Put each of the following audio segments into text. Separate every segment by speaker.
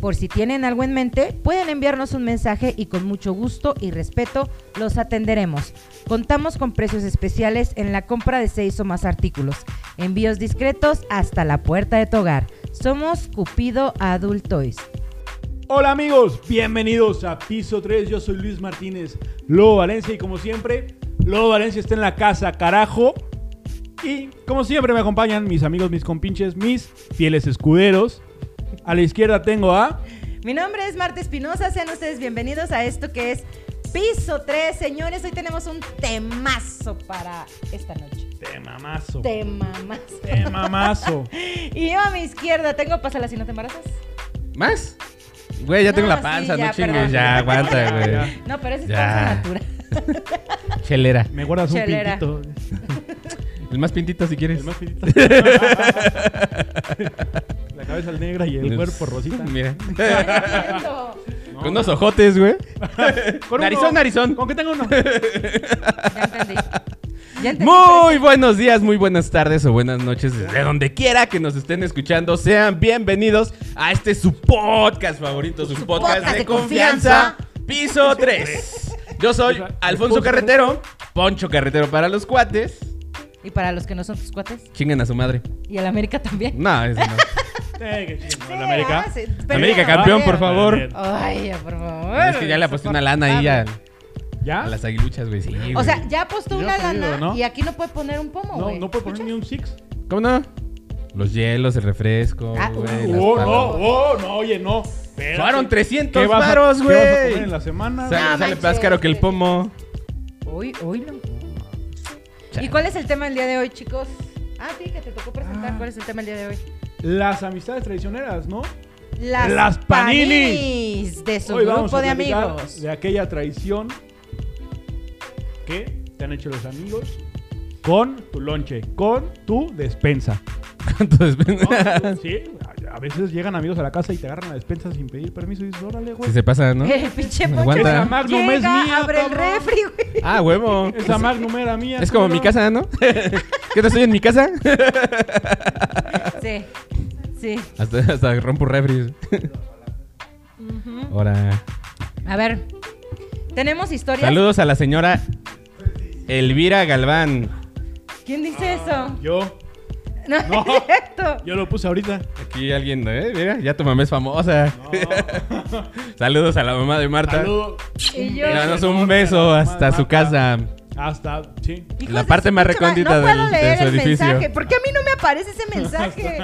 Speaker 1: Por si tienen algo en mente, pueden enviarnos un mensaje y con mucho gusto y respeto los atenderemos. Contamos con precios especiales en la compra de seis o más artículos. Envíos discretos hasta la puerta de tu hogar. Somos Cupido Adult Toys.
Speaker 2: Hola amigos, bienvenidos a Piso 3. Yo soy Luis Martínez, Lobo Valencia y como siempre, Lobo Valencia está en la casa, carajo. Y como siempre me acompañan mis amigos, mis compinches, mis fieles escuderos. A la izquierda tengo a...
Speaker 1: Mi nombre es Marta Espinosa, sean ustedes bienvenidos a esto que es Piso 3. Señores, hoy tenemos un temazo para esta noche.
Speaker 2: Te mamazo. Te,
Speaker 1: Temamazo.
Speaker 2: mamazo.
Speaker 1: Y yo a mi izquierda tengo, pásala si no te embarazas.
Speaker 3: ¿Más? Güey, ya
Speaker 1: No,
Speaker 3: tengo la
Speaker 1: sí,
Speaker 3: panza,
Speaker 1: ya,
Speaker 3: no chingues,
Speaker 1: perdón.
Speaker 3: ya, aguanta, güey.
Speaker 1: No, pero ese es
Speaker 3: Ya.
Speaker 1: panza natural.
Speaker 3: Chelera.
Speaker 2: Me guardas un
Speaker 1: Chelera.
Speaker 2: pintito.
Speaker 3: El más pintito si quieres.
Speaker 2: El más pintito. la cabeza negra y el cuerpo rosita.
Speaker 3: Mira.
Speaker 1: Tremendo.
Speaker 3: Con unos ojotes, güey.
Speaker 2: Con
Speaker 3: narizón,
Speaker 2: uno.
Speaker 3: narizón.
Speaker 2: Con que tengo uno.
Speaker 1: Ya entendí. Ya entendí.
Speaker 3: Muy buenos días, muy buenas tardes o buenas noches desde donde quiera que nos estén escuchando. Sean bienvenidos a este su podcast favorito, su, podcast,
Speaker 1: podcast
Speaker 3: de,
Speaker 1: de
Speaker 3: confianza, piso 3. Yo soy Alfonso Carretero, Poncho Carretero para los cuates.
Speaker 1: pues. Y para los que no son tus cuates,
Speaker 3: Chingan a su madre.
Speaker 1: y al América también.
Speaker 3: No, es no.
Speaker 2: Eh, qué chido.
Speaker 1: Sí,
Speaker 2: Hola, América.
Speaker 1: ah, sí.
Speaker 3: América
Speaker 1: Perdieron,
Speaker 3: campeón, por
Speaker 1: perdieron.
Speaker 3: favor.
Speaker 1: Ay, ya, por favor.
Speaker 3: Es que ya le aposté una lana ahí a,
Speaker 2: ¿Ya?
Speaker 3: a las aguiluchas, güey. Sí,
Speaker 1: O
Speaker 3: güey.
Speaker 1: sea, ya apostó
Speaker 2: Ya
Speaker 1: una
Speaker 2: perdido,
Speaker 1: lana
Speaker 2: ¿no?
Speaker 1: y aquí no puede poner un pomo,
Speaker 2: No,
Speaker 1: güey.
Speaker 2: no puedo poner ni un six.
Speaker 3: ¿Cómo no? Los hielos, el refresco,
Speaker 1: Ah,
Speaker 3: güey.
Speaker 1: uh,
Speaker 3: las
Speaker 2: Oh,
Speaker 3: papas.
Speaker 2: no, oh, no, oye, no. Espérate.
Speaker 3: Fueron
Speaker 2: ¿Qué
Speaker 3: 300
Speaker 2: vas a-
Speaker 3: varos,
Speaker 2: qué
Speaker 3: güey.
Speaker 2: vas a comer en la semana?
Speaker 3: Sale,
Speaker 1: No
Speaker 3: sale
Speaker 1: manches.
Speaker 3: más caro que el pomo.
Speaker 1: Hoy, hoy lo- ¿Y
Speaker 3: Chale.
Speaker 1: cuál es el tema del día de hoy, chicos? Ah, sí, que te tocó presentar.
Speaker 2: Ah.
Speaker 1: ¿Cuál es el tema del día de hoy?
Speaker 2: Las amistades traicioneras, ¿no?
Speaker 1: Las,
Speaker 2: Las paninis.
Speaker 1: paninis de su
Speaker 2: Hoy vamos
Speaker 1: grupo
Speaker 2: a
Speaker 1: de
Speaker 2: platicar
Speaker 1: amigos.
Speaker 2: De aquella traición que te han hecho los amigos con tu lonche, con tu despensa.
Speaker 3: ¿Cuánto despensa?
Speaker 2: ¿no? sí, a a veces llegan amigos a la casa y te agarran la despensa sin pedir permiso y dices, órale, güey.
Speaker 3: Si se pasa, ¿no?
Speaker 1: El Eh, pinche
Speaker 3: Me
Speaker 1: Poncho
Speaker 3: aguanta.
Speaker 2: Esa Magnum
Speaker 1: llega,
Speaker 2: es mía,
Speaker 1: abre el
Speaker 2: cabrón.
Speaker 1: refri, güey.
Speaker 3: Ah, huevo.
Speaker 2: Esa Magnum era mía.
Speaker 3: Es como
Speaker 2: culo.
Speaker 3: mi casa, ¿no? ¿Qué no estoy en mi casa?
Speaker 1: Sí, sí.
Speaker 3: Hasta, hasta rompo refri. Ahora.
Speaker 1: A ver, tenemos historias.
Speaker 3: Saludos a la señora Elvira Galván.
Speaker 1: ¿Quién dice eso?
Speaker 2: Yo,
Speaker 1: No,
Speaker 2: No.
Speaker 1: es cierto.
Speaker 2: yo lo puse ahorita.
Speaker 3: Aquí alguien, ¿eh? Mira, ya tu mamá es famosa. Saludos a la mamá de Marta.
Speaker 2: Saludo.
Speaker 1: Y yo.
Speaker 3: Le
Speaker 2: Mira,
Speaker 3: damos un beso hasta su casa.
Speaker 2: Hasta, sí.
Speaker 1: Hijos
Speaker 3: la
Speaker 1: de
Speaker 3: parte
Speaker 1: su
Speaker 3: más
Speaker 1: pinche madre,
Speaker 3: recóndita
Speaker 1: no puedo
Speaker 3: del- de
Speaker 1: leer
Speaker 3: su
Speaker 1: el
Speaker 3: edificio.
Speaker 1: Mensaje. ¿Por qué a mí no me aparece ese mensaje?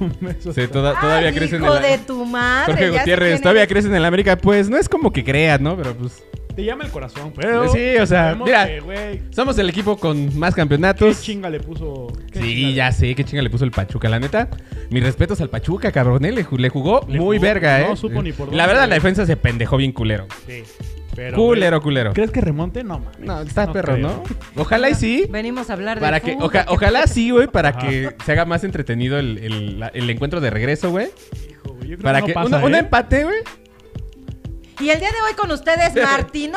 Speaker 2: Un beso.
Speaker 3: Sí, toda- todavía
Speaker 1: Ay,
Speaker 3: crecen
Speaker 1: hijo
Speaker 3: en la-
Speaker 1: de tu madre.
Speaker 3: Jorge
Speaker 1: ya sé quién
Speaker 3: Gutiérrez, todavía
Speaker 1: eres.
Speaker 3: crecen en la América. Pues no es como que crean, ¿no? Pero pues.
Speaker 2: Te llama el corazón, pero.
Speaker 3: Sí, o sea,
Speaker 2: sabemos
Speaker 3: mira.
Speaker 2: que, güey,
Speaker 3: Somos el equipo con más
Speaker 2: ¿Qué
Speaker 3: campeonatos.
Speaker 2: chinga le puso? qué chinga
Speaker 3: Sí,
Speaker 2: le-
Speaker 3: ya sé, qué chinga le puso el Pachuca, la neta. Mis respetos al Pachuca, cabrón. eh, Le, ju- le jugó
Speaker 2: Le
Speaker 3: muy
Speaker 2: jugó-
Speaker 3: verga, ¿eh?
Speaker 2: no supo ni por dónde,
Speaker 3: La verdad,
Speaker 2: güey.
Speaker 3: la defensa se pendejó bien culero.
Speaker 2: Sí. Pero,
Speaker 3: culero,
Speaker 2: güey,
Speaker 3: culero.
Speaker 2: ¿Crees que remonte? No, mames.
Speaker 3: No, está
Speaker 2: No
Speaker 3: perro,
Speaker 2: creo.
Speaker 3: ¿no? Ojalá y sí.
Speaker 1: Venimos a hablar de.
Speaker 3: Para que,
Speaker 1: fútbol,
Speaker 3: oja-
Speaker 1: que-
Speaker 3: ojalá sí, güey, para
Speaker 2: Ajá.
Speaker 3: que se haga más entretenido el, el- la- el encuentro de regreso, güey.
Speaker 2: Hijo, güey, yo creo
Speaker 3: Para
Speaker 2: no
Speaker 3: que
Speaker 2: pasa,
Speaker 3: una- un,
Speaker 2: ¿eh?
Speaker 3: empate, güey.
Speaker 1: Y el día de hoy con ustedes, Martinoli,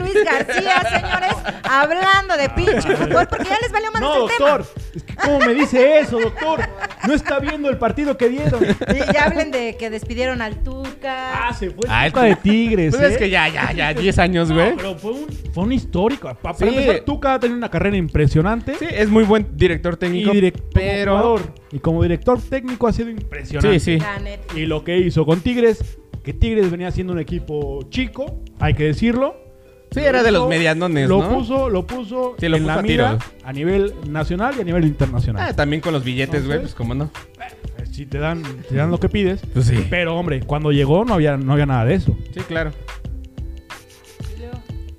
Speaker 1: Luis García, señores, hablando de pinche fútbol, porque ya les valió este más
Speaker 2: No,
Speaker 3: este
Speaker 1: el
Speaker 2: doctor. Es que, ¿cómo me dice eso, doctor? No está viendo el partido que dieron.
Speaker 1: tema. Y ya hablen de que despidieron al Tuca.
Speaker 2: Ah, se fue.
Speaker 3: Ah,
Speaker 2: Ah,
Speaker 3: el
Speaker 2: de Tigres.
Speaker 3: Pues es
Speaker 2: ¿eh?
Speaker 3: que ya, ya, ya, 10 años,
Speaker 2: No,
Speaker 3: güey.
Speaker 2: pero fue un, fue un histórico. Pa- Para
Speaker 3: Sí.
Speaker 2: empezar, Tuca ha tenido una carrera impresionante.
Speaker 3: Sí, es muy buen director
Speaker 2: Y,
Speaker 3: técnico,
Speaker 2: direct- como
Speaker 3: pero...
Speaker 2: jugador. y como director técnico ha sido
Speaker 3: Sí,
Speaker 2: impresionante.
Speaker 3: sí.
Speaker 1: La neta.
Speaker 2: Y lo que hizo con Tigres, que Tigres venía siendo un equipo chico, hay que decirlo.
Speaker 3: Sí, era de los medianones,
Speaker 2: lo
Speaker 3: ¿no?
Speaker 2: Puso, lo puso
Speaker 3: Sí, lo
Speaker 2: en
Speaker 3: puso
Speaker 2: la
Speaker 3: a
Speaker 2: mira
Speaker 3: tiro.
Speaker 2: a nivel nacional y a nivel
Speaker 3: Ah,
Speaker 2: internacional.
Speaker 3: también con los billetes, güey,
Speaker 2: Entonces-
Speaker 3: pues cómo no.
Speaker 2: Si te dan, te dan lo que pides.
Speaker 3: Pues sí.
Speaker 2: Pero hombre, cuando llegó no había, no había nada de eso.
Speaker 3: Sí, claro.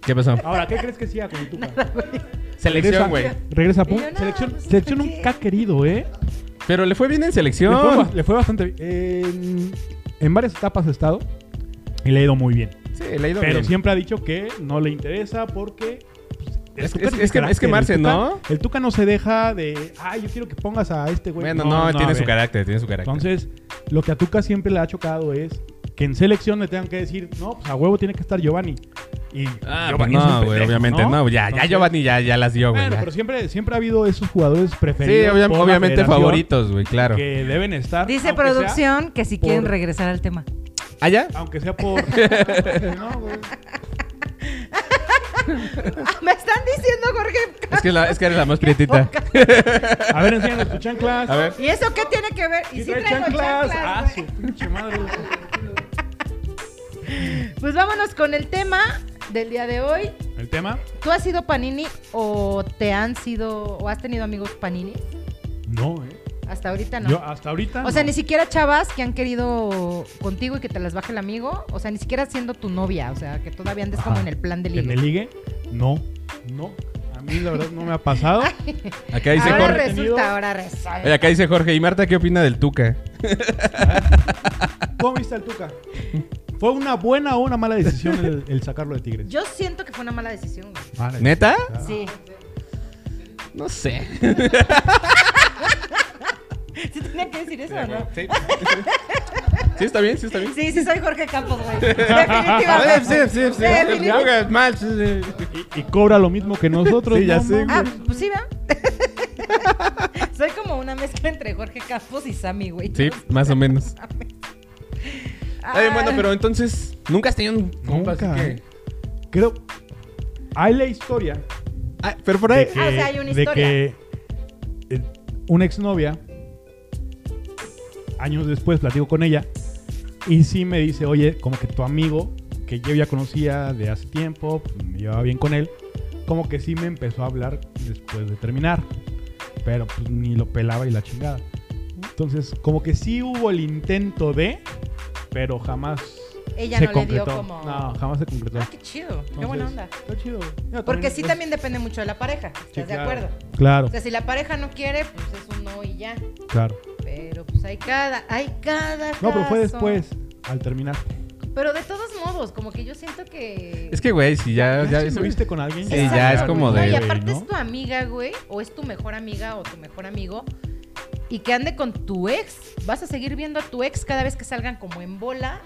Speaker 3: ¿Qué pasó?
Speaker 2: Ahora, ¿qué crees que sea con Tuca?
Speaker 3: Selección, güey.
Speaker 2: Ah, Regresa- Regresa a
Speaker 1: Y yo, no,
Speaker 2: selección
Speaker 1: pues,
Speaker 2: selección
Speaker 1: ¿por qué?
Speaker 2: nunca ha querido, ¿eh?
Speaker 3: Pero le fue bien en selección.
Speaker 2: Le fue, ba- le fue bastante bien. En, en varias etapas ha estado y le ha ido muy bien.
Speaker 3: Sí, le ha ido
Speaker 2: Pero
Speaker 3: bien.
Speaker 2: siempre ha dicho que no le interesa porque. pues, el
Speaker 3: Es-
Speaker 2: Tuca tiene
Speaker 3: es- es que- es que
Speaker 2: carácter,
Speaker 3: Marce,
Speaker 2: el Tuca-
Speaker 3: ¿no?
Speaker 2: El Tuca no se deja de. Ay, yo quiero que pongas a este güey.
Speaker 3: Bueno, no, tiene
Speaker 2: a
Speaker 3: su
Speaker 2: ver.
Speaker 3: carácter, tiene su carácter.
Speaker 2: Entonces, lo que a Tuca siempre le ha chocado es que en selección le tengan que decir, no, pues a huevo tiene que estar Giovanni. Y
Speaker 3: Ah,
Speaker 2: Giovanni
Speaker 3: pues
Speaker 2: es
Speaker 3: no,
Speaker 2: un
Speaker 3: güey,
Speaker 2: pendejo,
Speaker 3: obviamente no. ya, ya
Speaker 2: Entonces-
Speaker 3: Giovanni ya, ya las dio, güey.
Speaker 2: Bueno,
Speaker 3: ya.
Speaker 2: pero siempre, siempre ha habido esos jugadores preferidos.
Speaker 3: sí, obvia-
Speaker 2: por la
Speaker 3: obviamente
Speaker 2: federación
Speaker 3: favoritos, güey, claro.
Speaker 2: Que deben estar.
Speaker 1: Dice
Speaker 2: Ah, aunque sea-
Speaker 1: producción que si quieren
Speaker 2: por-
Speaker 1: regresar al tema.
Speaker 3: ¿Allá?
Speaker 2: aunque sea por. no, güey.
Speaker 1: Ah, Me están diciendo, Jorge.
Speaker 3: Es que, la, es que eres la más prietita.
Speaker 2: A ver, enséñanos tu chanclas.
Speaker 3: A ver.
Speaker 1: ¿Y eso qué tiene que ver? Y
Speaker 2: Sí
Speaker 1: sí
Speaker 2: trae
Speaker 1: traigo chanclas,
Speaker 2: Ah,
Speaker 1: güey.
Speaker 2: su pinche madre.
Speaker 1: Pues vámonos con el tema del día de hoy.
Speaker 2: El tema.
Speaker 1: ¿Tú has sido panini o te han sido o has tenido amigos panini?
Speaker 2: No, eh.
Speaker 1: Hasta ahorita Ah, no.
Speaker 2: Yo hasta ahorita.
Speaker 1: o sea,
Speaker 2: no.
Speaker 1: ni siquiera chavas que han querido contigo y que te las baje el amigo. O sea, ni siquiera siendo tu novia. O sea, que todavía andes como
Speaker 2: Ajá.
Speaker 1: en el plan de
Speaker 2: Que me
Speaker 1: ligue.
Speaker 2: ligue. No, no. A mí la verdad no me ha pasado.
Speaker 3: Acá dice
Speaker 1: Ahora
Speaker 3: Jorge.
Speaker 2: re- Contenido.
Speaker 1: resulta, ahora resulta.
Speaker 3: Oye, acá dice Jorge. ¿Y Marta qué opina del Tuca?
Speaker 2: ¿Cómo viste al Tuca? ¿Fue una buena o una mala decisión el, el sacarlo de Tigres?
Speaker 1: Yo siento que fue una mala decisión. güey.
Speaker 2: Mala decisión.
Speaker 3: ¿Neta?
Speaker 1: Sí.
Speaker 3: No sé.
Speaker 1: ¿Sí tenía que decir eso o no?
Speaker 3: Sí. Sí, está bien, sí, está bien.
Speaker 1: Sí, sí, soy Jorge Campos, güey.
Speaker 3: A ver,
Speaker 1: Definitivamente.
Speaker 3: sí, sí, sí.
Speaker 1: Definitivamente.
Speaker 3: Tuca es mal, sí, sí.
Speaker 2: Y, y cobra lo mismo que nosotros.
Speaker 3: Sí, ya
Speaker 2: no
Speaker 3: sé, güey.
Speaker 1: Ah, pues sí, ¿verdad? Soy como una mezcla entre Jorge Campos y Sammy, güey.
Speaker 3: Sí, más o menos. Está bien, bueno,
Speaker 1: Ay,
Speaker 3: pero entonces, ¿nunca has tenido un compa así
Speaker 2: Nunca,
Speaker 3: que...?
Speaker 2: eh.
Speaker 1: Ah.
Speaker 2: Creo. Hay la historia
Speaker 3: Ah, pero por ahí...
Speaker 2: de que,
Speaker 1: Ah, o sea, hay una
Speaker 2: de
Speaker 1: historia.
Speaker 2: que eh, una exnovia, años después platico con ella, y sí me dice, oye, como que tu amigo, que yo ya conocía de hace tiempo, me llevaba bien con él, como que sí me empezó a hablar después de terminar, pero pues ni lo pelaba y la chingada. Entonces, como que sí hubo el intento de, pero jamás
Speaker 1: Ella
Speaker 2: se
Speaker 1: no le dio
Speaker 2: concretó.
Speaker 1: como.
Speaker 2: No, jamás se concretó.
Speaker 1: Ah, qué chido. qué
Speaker 2: Entonces,
Speaker 1: buena onda.
Speaker 2: Está chido. Mira,
Speaker 1: Porque sí
Speaker 2: es-
Speaker 1: también depende mucho de la pareja. ¿Estás
Speaker 2: sí,
Speaker 1: de
Speaker 2: claro.
Speaker 1: acuerdo?
Speaker 2: Claro,
Speaker 1: O sea, si la pareja no quiere, pues es un no y ya.
Speaker 2: claro.
Speaker 1: Pero pues hay cada, hay cada.
Speaker 2: No, pero fue
Speaker 1: caso.
Speaker 2: después, al terminar.
Speaker 1: Pero de todos modos, como que yo siento que.
Speaker 3: Es que, güey, si ya...
Speaker 2: Ya
Speaker 3: ya
Speaker 2: si estuviste con alguien.
Speaker 3: Sí, ya es como
Speaker 1: No,
Speaker 3: de-
Speaker 1: y
Speaker 3: güey,
Speaker 1: aparte es tu amiga, güey, o es tu mejor amiga o tu mejor amigo, y que ande con tu ex. Vas a seguir viendo a tu ex cada vez que salgan como en bola.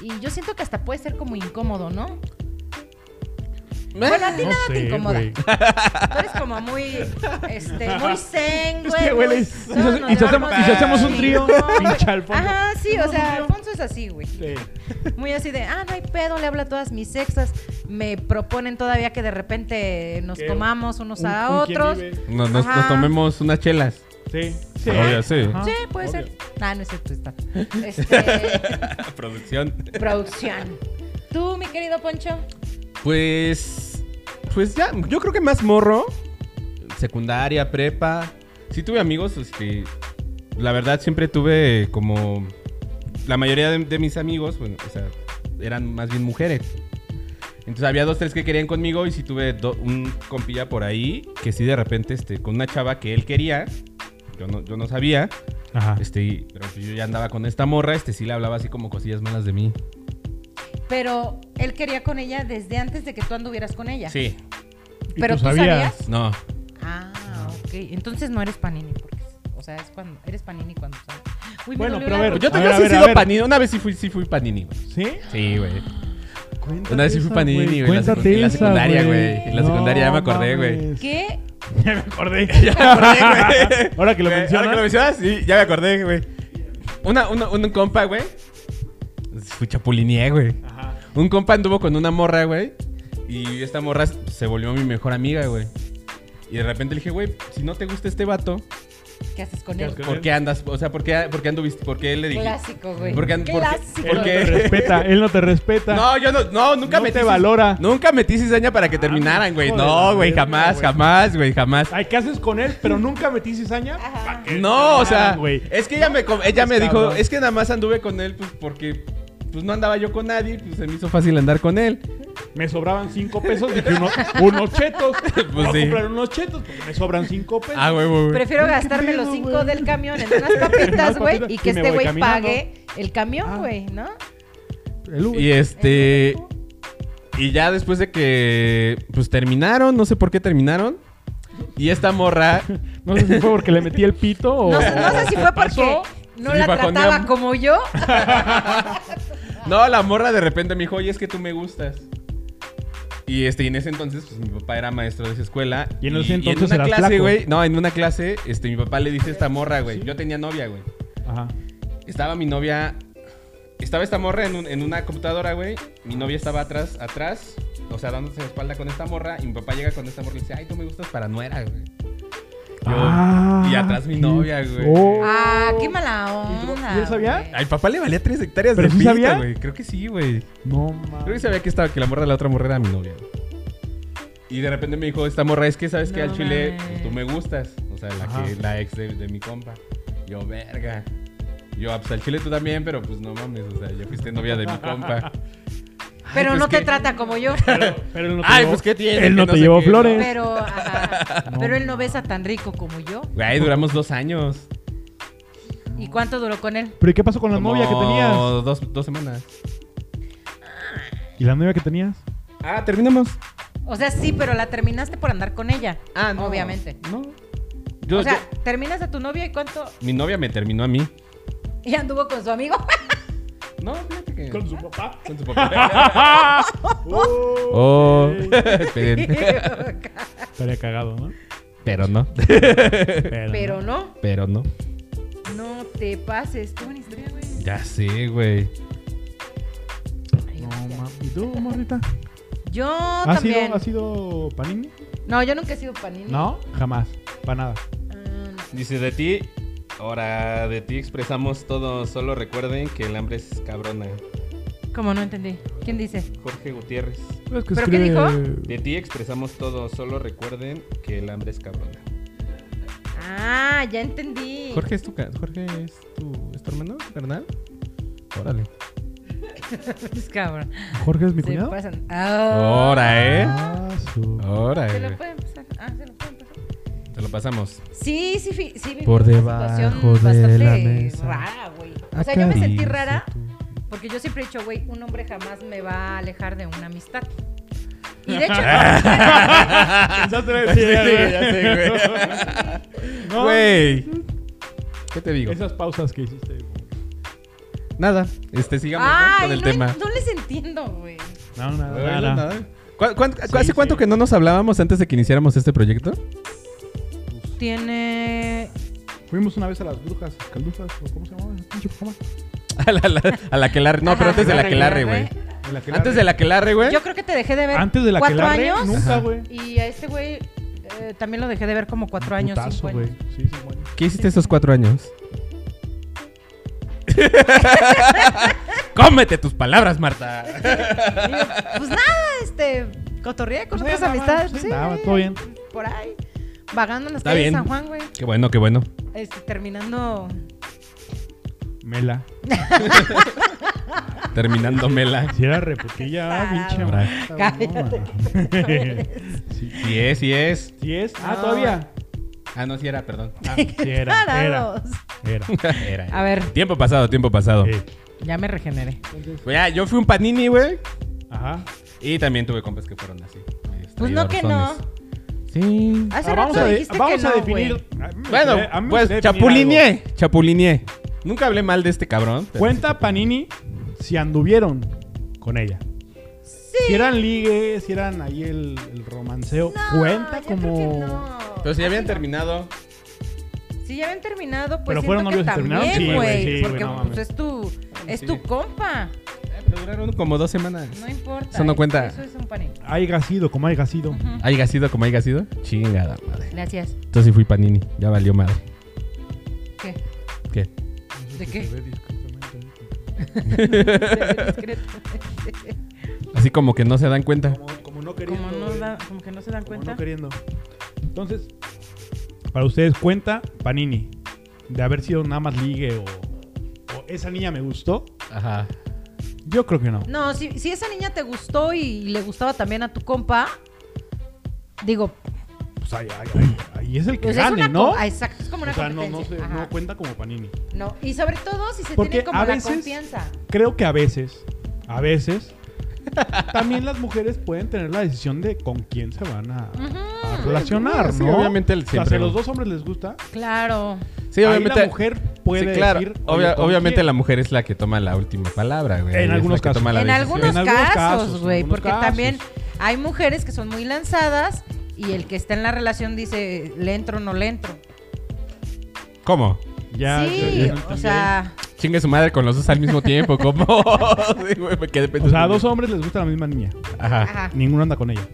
Speaker 1: Y yo siento que hasta puede ser como incómodo, ¿no? Bueno, a ti
Speaker 2: No
Speaker 1: nada te
Speaker 2: sé,
Speaker 1: incomoda.
Speaker 2: güey.
Speaker 1: Tú eres como muy, este, muy zen, güey.
Speaker 2: que, güey,
Speaker 1: muy-
Speaker 2: le- y si
Speaker 1: No,
Speaker 2: hace-
Speaker 1: nos
Speaker 2: y si
Speaker 1: llevamos
Speaker 3: hacemos- y si hacemos un
Speaker 1: bien,
Speaker 2: trío,
Speaker 1: güey.
Speaker 2: pincha Alfonso.
Speaker 1: Ajá, sí, o
Speaker 2: Hacemos un
Speaker 1: sea,
Speaker 2: trío.
Speaker 1: Alfonso es así, güey.
Speaker 2: Sí.
Speaker 1: Muy así de, ah, no hay pedo, le hablo a todas mis exas. Me proponen todavía que de repente nos
Speaker 2: Que
Speaker 1: comamos unos
Speaker 2: Un-
Speaker 1: a
Speaker 2: un quien
Speaker 1: otros.
Speaker 2: vive.
Speaker 3: Nos, nos- nos
Speaker 1: Ajá.
Speaker 3: tomemos unas chelas.
Speaker 2: Sí, sí.
Speaker 3: Obvio, sí.
Speaker 2: Ajá.
Speaker 1: Sí, puede
Speaker 2: Obvio.
Speaker 1: ser. Ah, no es cierto, está. Este,
Speaker 3: Producción.
Speaker 1: producción. Tú, mi querido Poncho.
Speaker 3: Pues. Pues ya, yo creo que más morro. Secundaria, prepa. Sí tuve amigos, este. La verdad, siempre tuve como. La mayoría de, de mis amigos, bueno, o sea, eran más bien mujeres. Entonces había dos, tres que querían conmigo y sí tuve do- un compilla por ahí que sí de repente, este, con una chava que él quería, yo no, yo no sabía,
Speaker 2: Ajá.
Speaker 3: este, y- pero yo ya andaba con esta morra, este, sí le hablaba así como cosillas malas de mí.
Speaker 1: Pero él quería con ella desde antes de que tú anduvieras con ella.
Speaker 3: Sí.
Speaker 2: ¿Y
Speaker 1: Pero tú sabías.
Speaker 3: No,
Speaker 1: Ah, ok. Entonces no eres panini, porque. O sea, es cuando. Eres panini cuando sabes. Uy, me
Speaker 2: Bueno,
Speaker 1: dolió
Speaker 2: pero
Speaker 1: la
Speaker 2: a ver,
Speaker 1: rodilla.
Speaker 3: Yo,
Speaker 2: ver,
Speaker 3: yo sí he
Speaker 2: ver, a
Speaker 3: sido
Speaker 2: ver.
Speaker 3: panini. Una vez sí fui, sí fui panini, güey.
Speaker 2: ¿Sí?
Speaker 3: Sí, güey.
Speaker 2: Cuéntate
Speaker 3: Una vez sí fui
Speaker 2: esa,
Speaker 3: panini, güey. En la
Speaker 2: Cuéntate
Speaker 3: secu- en la
Speaker 2: esa,
Speaker 3: secundaria, güey. En la secundaria ya me acordé, güey.
Speaker 2: mames.
Speaker 1: ¿Qué?
Speaker 2: Ya me acordé. Ahora que lo
Speaker 3: Güey,
Speaker 2: mencionas.
Speaker 3: Ahora que lo mencionas, sí, ya me acordé, güey. Una, una, un compa, güey. Fui chapulinié, güey.
Speaker 2: Ajá.
Speaker 3: Un compa anduvo con una morra, güey. Y esta morra se volvió mi mejor amiga, güey. Y de repente le dije, güey, si no te gusta este vato,
Speaker 1: ¿Qué haces con
Speaker 2: ¿Qué
Speaker 1: él?
Speaker 2: haces con
Speaker 3: ¿por qué andas? O sea, ¿por qué, por qué anduviste? ¿Por qué le dije?
Speaker 1: Clásico, güey.
Speaker 3: ¿Por qué and- por qué-
Speaker 1: Clásico.
Speaker 2: Él no te
Speaker 3: Porque-
Speaker 2: respeta, él no te respeta.
Speaker 3: No, yo no, no, nunca
Speaker 2: No
Speaker 3: metí.
Speaker 2: te
Speaker 3: cis-
Speaker 2: valora. Ah,
Speaker 3: Nunca metí cizaña para que terminaran, güey.
Speaker 2: hijo de
Speaker 3: No,
Speaker 2: la
Speaker 3: güey,
Speaker 2: verga,
Speaker 3: jamás,
Speaker 2: güey.
Speaker 3: jamás, güey, jamás.
Speaker 2: Ay, ¿qué haces con él? Pero nunca metí cizaña.
Speaker 1: Ajá.
Speaker 3: No, o sea,
Speaker 2: Ah, güey.
Speaker 3: es que ella me, com- ella me dijo,
Speaker 2: cabrón.
Speaker 3: es que nada más anduve con él, pues porque pues no andaba yo con nadie, pues se me hizo fácil andar con él.
Speaker 2: Me sobraban cinco pesos. Dije, uno- unos chetos.
Speaker 3: Pues
Speaker 2: Voy a
Speaker 3: sí.
Speaker 2: comprar unos chetos porque me sobran cinco pesos.
Speaker 3: Ah, güey, güey. güey.
Speaker 1: Prefiero
Speaker 2: Ay, qué
Speaker 1: gastarme
Speaker 2: pedo,
Speaker 1: los cinco
Speaker 2: güey.
Speaker 1: del camión en unas
Speaker 2: Unas
Speaker 1: papitas, güey,
Speaker 2: papitas,
Speaker 1: y
Speaker 2: y
Speaker 1: que
Speaker 2: me
Speaker 1: este
Speaker 2: voy
Speaker 1: güey
Speaker 2: caminando.
Speaker 1: pague el
Speaker 2: Ah.
Speaker 3: eh,
Speaker 1: camión, güey, ¿no?
Speaker 2: El Uber.
Speaker 3: Y este, Y ya después de que, pues terminaron, no sé por qué terminaron. Y esta morra,
Speaker 2: No sé si fue porque le metí el pito o.
Speaker 1: No, sé- no sé si fue porque
Speaker 2: Oh. pasó.
Speaker 1: no
Speaker 3: Sí,
Speaker 1: la
Speaker 3: bajoneamos.
Speaker 1: trataba como yo.
Speaker 2: Oh.
Speaker 3: no, la morra de repente me dijo, oye, es que tú me gustas. Y este, y en ese entonces, pues mi papá era maestro de esa escuela.
Speaker 2: Y en ese entonces
Speaker 3: una
Speaker 2: eras
Speaker 3: clase,
Speaker 2: flaco.
Speaker 3: güey. No, en una clase, este, mi papá le dice a esta morra, güey. Yo tenía novia, güey.
Speaker 2: Ajá.
Speaker 3: Estaba mi novia. Estaba esta morra en, un- en una computadora, güey. Mi novia estaba atrás, atrás. O sea, dándose la espalda con esta morra. Y mi papá llega con esta morra y dice, ay, tú me gustas para nuera, güey. Yo-
Speaker 2: Ah,
Speaker 3: y atrás mi
Speaker 2: qué
Speaker 3: novia, güey.
Speaker 2: oh.
Speaker 1: Ah, qué mala
Speaker 2: ¿Y tú-
Speaker 1: onda.
Speaker 2: y él sabía?
Speaker 1: güey.
Speaker 3: Al papá le valía tres hectáreas
Speaker 2: ¿Pero
Speaker 3: de
Speaker 2: sí
Speaker 3: pito,
Speaker 2: sabía?
Speaker 3: güey. Creo que sí, güey.
Speaker 2: No mames.
Speaker 3: Creo que sabía que estaba, que la morra de la otra morra era mi novia. güey. Y de repente me dijo, esta morra, es que sabes que
Speaker 1: No
Speaker 3: al chile
Speaker 1: mames.
Speaker 3: pues, tú me gustas. O sea, la,
Speaker 2: Ajá.
Speaker 3: que, la ex de, de mi compa. Yo, verga. Yo, "Ah, pues al chile tú también, pero pues no mames. O sea, ya fuiste novia de mi compa.
Speaker 1: Pero
Speaker 3: Ay, pues
Speaker 1: no te
Speaker 3: que-
Speaker 1: trata como yo.
Speaker 2: Pero él no te
Speaker 3: Ay,
Speaker 2: llevó-
Speaker 3: pues qué tiene.
Speaker 2: Él
Speaker 3: que
Speaker 2: no te
Speaker 3: sé
Speaker 2: llevó
Speaker 3: qué,
Speaker 2: flores.
Speaker 1: Pero, ajá,
Speaker 2: No.
Speaker 1: pero él no besa tan rico como yo.
Speaker 3: Güey, duramos dos años.
Speaker 1: ¿Y cuánto duró con él?
Speaker 2: ¿Pero y qué pasó con la
Speaker 3: Como
Speaker 2: novia que tenías?
Speaker 3: Dos, dos semanas.
Speaker 2: ¿Y la novia que tenías?
Speaker 3: Ah, terminamos.
Speaker 1: O sea, sí, pero la terminaste por andar con ella.
Speaker 3: Ah, no.
Speaker 1: Obviamente.
Speaker 3: No. Yo,
Speaker 1: o sea,
Speaker 3: yo-
Speaker 1: terminas a tu novia y cuánto.
Speaker 3: mi novia me terminó a mí.
Speaker 1: Y anduvo con su amigo.
Speaker 3: No, fíjate que.
Speaker 2: Con su papá.
Speaker 3: Con su papá. oh. esperen.
Speaker 2: Estaría cagado, ¿no?
Speaker 3: Pero no.
Speaker 1: pero no.
Speaker 3: Pero no.
Speaker 1: No te pases. Qué buena historia, güey.
Speaker 3: Ya sé, güey.
Speaker 1: Ay,
Speaker 2: No
Speaker 1: ya.
Speaker 2: mames. ¿Y tú, morrita?
Speaker 1: Yo
Speaker 2: ¿Has
Speaker 1: también.
Speaker 2: sido, ¿Has sido panini?
Speaker 1: No, yo nunca he sido panini.
Speaker 2: No, jamás. Para nada.
Speaker 1: Ah, no.
Speaker 3: Dice de ti. Ahora de ti expresamos todo. Solo recuerden que el hambre es cabrona.
Speaker 1: ¿Cómo no entendí? ¿Quién dice?
Speaker 3: Jorge Gutiérrez.
Speaker 2: Pero, es que
Speaker 1: ¿Pero qué
Speaker 3: De ti expresamos todo. Solo recuerden que el hambre es cabrona.
Speaker 1: Ah, ya entendí.
Speaker 3: Jorge es tu, ca- Jorge es tu, ¿es tu hermano, tu carnal. Órale.
Speaker 1: Es cabrón.
Speaker 2: ¿Jorge es mi
Speaker 1: Se
Speaker 2: cuñado?
Speaker 1: pasan. Ah.
Speaker 3: Ahora, ¿eh?
Speaker 2: Ah, su-
Speaker 3: Ahora,
Speaker 1: Se lo
Speaker 3: eh.
Speaker 1: pueden pasar. Ah, se lo pueden pasar.
Speaker 3: Te lo pasamos.
Speaker 1: Sí, sí, fi- sí. viví
Speaker 3: Por
Speaker 1: una
Speaker 3: debajo
Speaker 1: situación
Speaker 3: de
Speaker 1: bastante
Speaker 3: la mesa.
Speaker 1: Rara, güey. O sea, yo me sentí rara porque yo siempre he dicho, güey, un hombre jamás me va a alejar de una amistad. Y de hecho,
Speaker 2: Pensaste
Speaker 3: Ah. Sí, ya sé, güey.
Speaker 2: No,
Speaker 3: Güey. ¿Qué te digo?
Speaker 2: Esas pausas que hiciste. güey.
Speaker 3: Nada. Este, sigamos ¿no?
Speaker 1: ay,
Speaker 3: con el
Speaker 1: no,
Speaker 3: tema.
Speaker 1: no les entiendo, güey.
Speaker 2: No,
Speaker 3: No,
Speaker 2: nada,
Speaker 3: no,
Speaker 2: nada.
Speaker 3: nada. ¿Cuán- cuán-
Speaker 2: Sí,
Speaker 3: ¿Hace
Speaker 2: sí.
Speaker 3: cuánto que no nos hablábamos antes de que iniciáramos este proyecto?
Speaker 1: Tiene
Speaker 2: Fuimos una vez a las brujas, caldufas, o cómo se llamaba, el pinche programa.
Speaker 3: A la, la- a la que larre. No, pero
Speaker 1: Ajá.
Speaker 3: antes de la que larre, güey. Antes de la que larre, güey.
Speaker 1: Yo creo que te dejé de ver
Speaker 2: Antes de la
Speaker 1: cuatro
Speaker 2: aquelarre,
Speaker 1: años.
Speaker 2: Nunca, güey.
Speaker 1: Y a este güey eh, también lo dejé de ver como cuatro años,
Speaker 2: Putazo,
Speaker 1: cinco
Speaker 2: güey.
Speaker 1: años.
Speaker 2: Sí, cinco años.
Speaker 3: ¿Qué hiciste esos cuatro años? Cómete tus palabras, Marta.
Speaker 1: Y yo, Pues nada, este, cotorreé con
Speaker 2: Pues
Speaker 1: otras
Speaker 2: nada,
Speaker 1: amistades.
Speaker 2: sí,
Speaker 1: pues
Speaker 2: nada,
Speaker 1: ahí,
Speaker 2: todo bien.
Speaker 1: Por ahí, vagando en las
Speaker 3: Está
Speaker 1: calles de
Speaker 3: bien.
Speaker 1: San Juan, güey.
Speaker 3: Qué bueno, qué bueno.
Speaker 1: Este, terminando
Speaker 2: Mela.
Speaker 3: Terminándomela.
Speaker 2: Si era reputilla, pinche
Speaker 1: Tarado.
Speaker 2: Marta, no,
Speaker 1: Cállate.
Speaker 2: mames. Sí.
Speaker 3: Sí es, sí es.
Speaker 2: ¿Sí es? Ah,
Speaker 1: No.
Speaker 2: todavía.
Speaker 3: Ah, no, sí era, perdón.
Speaker 2: Ah, sí era, era,
Speaker 1: parados.
Speaker 2: era. Eh,
Speaker 3: Era.
Speaker 1: A ver,
Speaker 3: Tiempo pasado, tiempo pasado.
Speaker 2: Sí.
Speaker 1: ya me regeneré.
Speaker 3: Güey, ah, yo fui un panini, güey.
Speaker 2: Ajá.
Speaker 3: Y también tuve compas que fueron así. medios
Speaker 1: Pues no que
Speaker 3: traidorzones.
Speaker 1: no.
Speaker 3: Sí.
Speaker 1: Hace
Speaker 2: Ah,
Speaker 1: rato
Speaker 2: de-
Speaker 1: dijiste que
Speaker 2: vamos
Speaker 1: no,
Speaker 2: a
Speaker 1: güey.
Speaker 2: definir. a mí me
Speaker 3: Bueno,
Speaker 2: gustaría- a mí me
Speaker 3: pues
Speaker 2: gustaría definir algo.
Speaker 3: chapulineé, chapulineé. Nunca hablé mal de este cabrón. pero-
Speaker 2: Cuenta Panini si anduvieron con ella. Si eran ligue, si eran ahí el, el romanceo.
Speaker 1: No,
Speaker 2: Cuenta
Speaker 1: yo creo
Speaker 2: como.
Speaker 1: que no.
Speaker 3: Pero si ya habían terminado.
Speaker 1: Si ya habían terminado, pues
Speaker 2: ¿Pero
Speaker 1: siento
Speaker 2: fueron
Speaker 1: que
Speaker 2: novios y terminaron?
Speaker 3: Sí,
Speaker 1: también,
Speaker 3: güey,
Speaker 1: güey.
Speaker 2: sí, güey,
Speaker 1: porque
Speaker 2: no
Speaker 1: pues,
Speaker 2: mames.
Speaker 1: es tu, es
Speaker 3: Sí.
Speaker 1: tu compa.
Speaker 3: eh, pero duraron como dos semanas.
Speaker 1: No importa.
Speaker 3: Eso no
Speaker 1: es-
Speaker 3: cuenta.
Speaker 1: Eso es un panel.
Speaker 2: Haya sido, como haya sido.
Speaker 3: Haya sido como haya sido. Chingada madre.
Speaker 1: Gracias.
Speaker 3: Entonces sí fui panini. Ya valió madre.
Speaker 1: ¿Qué?
Speaker 3: ¿Qué?
Speaker 2: Pues
Speaker 1: ¿De qué?
Speaker 3: Así como que no se dan cuenta.
Speaker 2: Como, como no
Speaker 1: como, no
Speaker 2: güey.
Speaker 1: da- como que no se dan
Speaker 2: eh, Como
Speaker 1: cuenta.
Speaker 2: no queriendo. Entonces, para ustedes, cuenta Panini. De haber sido nada más ligue o, o esa niña me gustó.
Speaker 3: Ajá.
Speaker 2: Yo creo que no.
Speaker 1: No, si, si esa niña te gustó y le gustaba también a tu compa, digo,
Speaker 2: Pues ahí, ahí, ahí, ahí es el que
Speaker 1: pues es
Speaker 2: gane,
Speaker 1: una
Speaker 2: ¿no?
Speaker 1: co- ah, exacto, es como una
Speaker 2: o sea, no,
Speaker 1: competencia.
Speaker 2: no, se-
Speaker 1: Ajá.
Speaker 2: no cuenta como Panini.
Speaker 1: No, y sobre todo si se
Speaker 2: Porque
Speaker 1: tiene como
Speaker 2: a
Speaker 1: la
Speaker 2: veces-
Speaker 1: confianza.
Speaker 2: Creo que a veces, a veces, también las mujeres pueden tener la decisión de con quién se van a, a
Speaker 1: Ujú.
Speaker 2: relacionar,
Speaker 3: Sí,
Speaker 2: ¿no?
Speaker 3: obviamente,
Speaker 2: O sea, si
Speaker 3: siempre-
Speaker 2: a los dos hombres les gusta,
Speaker 1: Claro.
Speaker 3: Sí,
Speaker 2: ahí
Speaker 3: obviamente.
Speaker 2: la mujer puede
Speaker 3: sí, claro.
Speaker 2: decir... oye,
Speaker 3: Obvia-
Speaker 2: ¿con
Speaker 3: obviamente
Speaker 2: quién?
Speaker 3: la mujer es la que toma la última palabra, güey.
Speaker 2: En
Speaker 3: Es la
Speaker 2: algunos
Speaker 3: que
Speaker 2: casos.
Speaker 3: toma la
Speaker 1: en,
Speaker 3: decisión.
Speaker 1: algunos
Speaker 2: En algunos
Speaker 1: casos,
Speaker 2: casos,
Speaker 1: güey,
Speaker 2: en algunos
Speaker 1: porque
Speaker 2: casos.
Speaker 1: también hay mujeres que son muy lanzadas y el que está en la relación dice, le entro o no le entro.
Speaker 3: ¿Cómo?
Speaker 2: Ya, ya, ya
Speaker 1: sí,
Speaker 2: no entendí.
Speaker 1: o sea,
Speaker 3: Chingue su madre con los dos al mismo tiempo, ¿cómo? Sí, güey, me quedé
Speaker 2: O sea, a
Speaker 3: pensando.
Speaker 2: dos hombres les gusta la misma niña.
Speaker 3: Ajá.
Speaker 1: ajá.
Speaker 2: Ninguno anda con ella.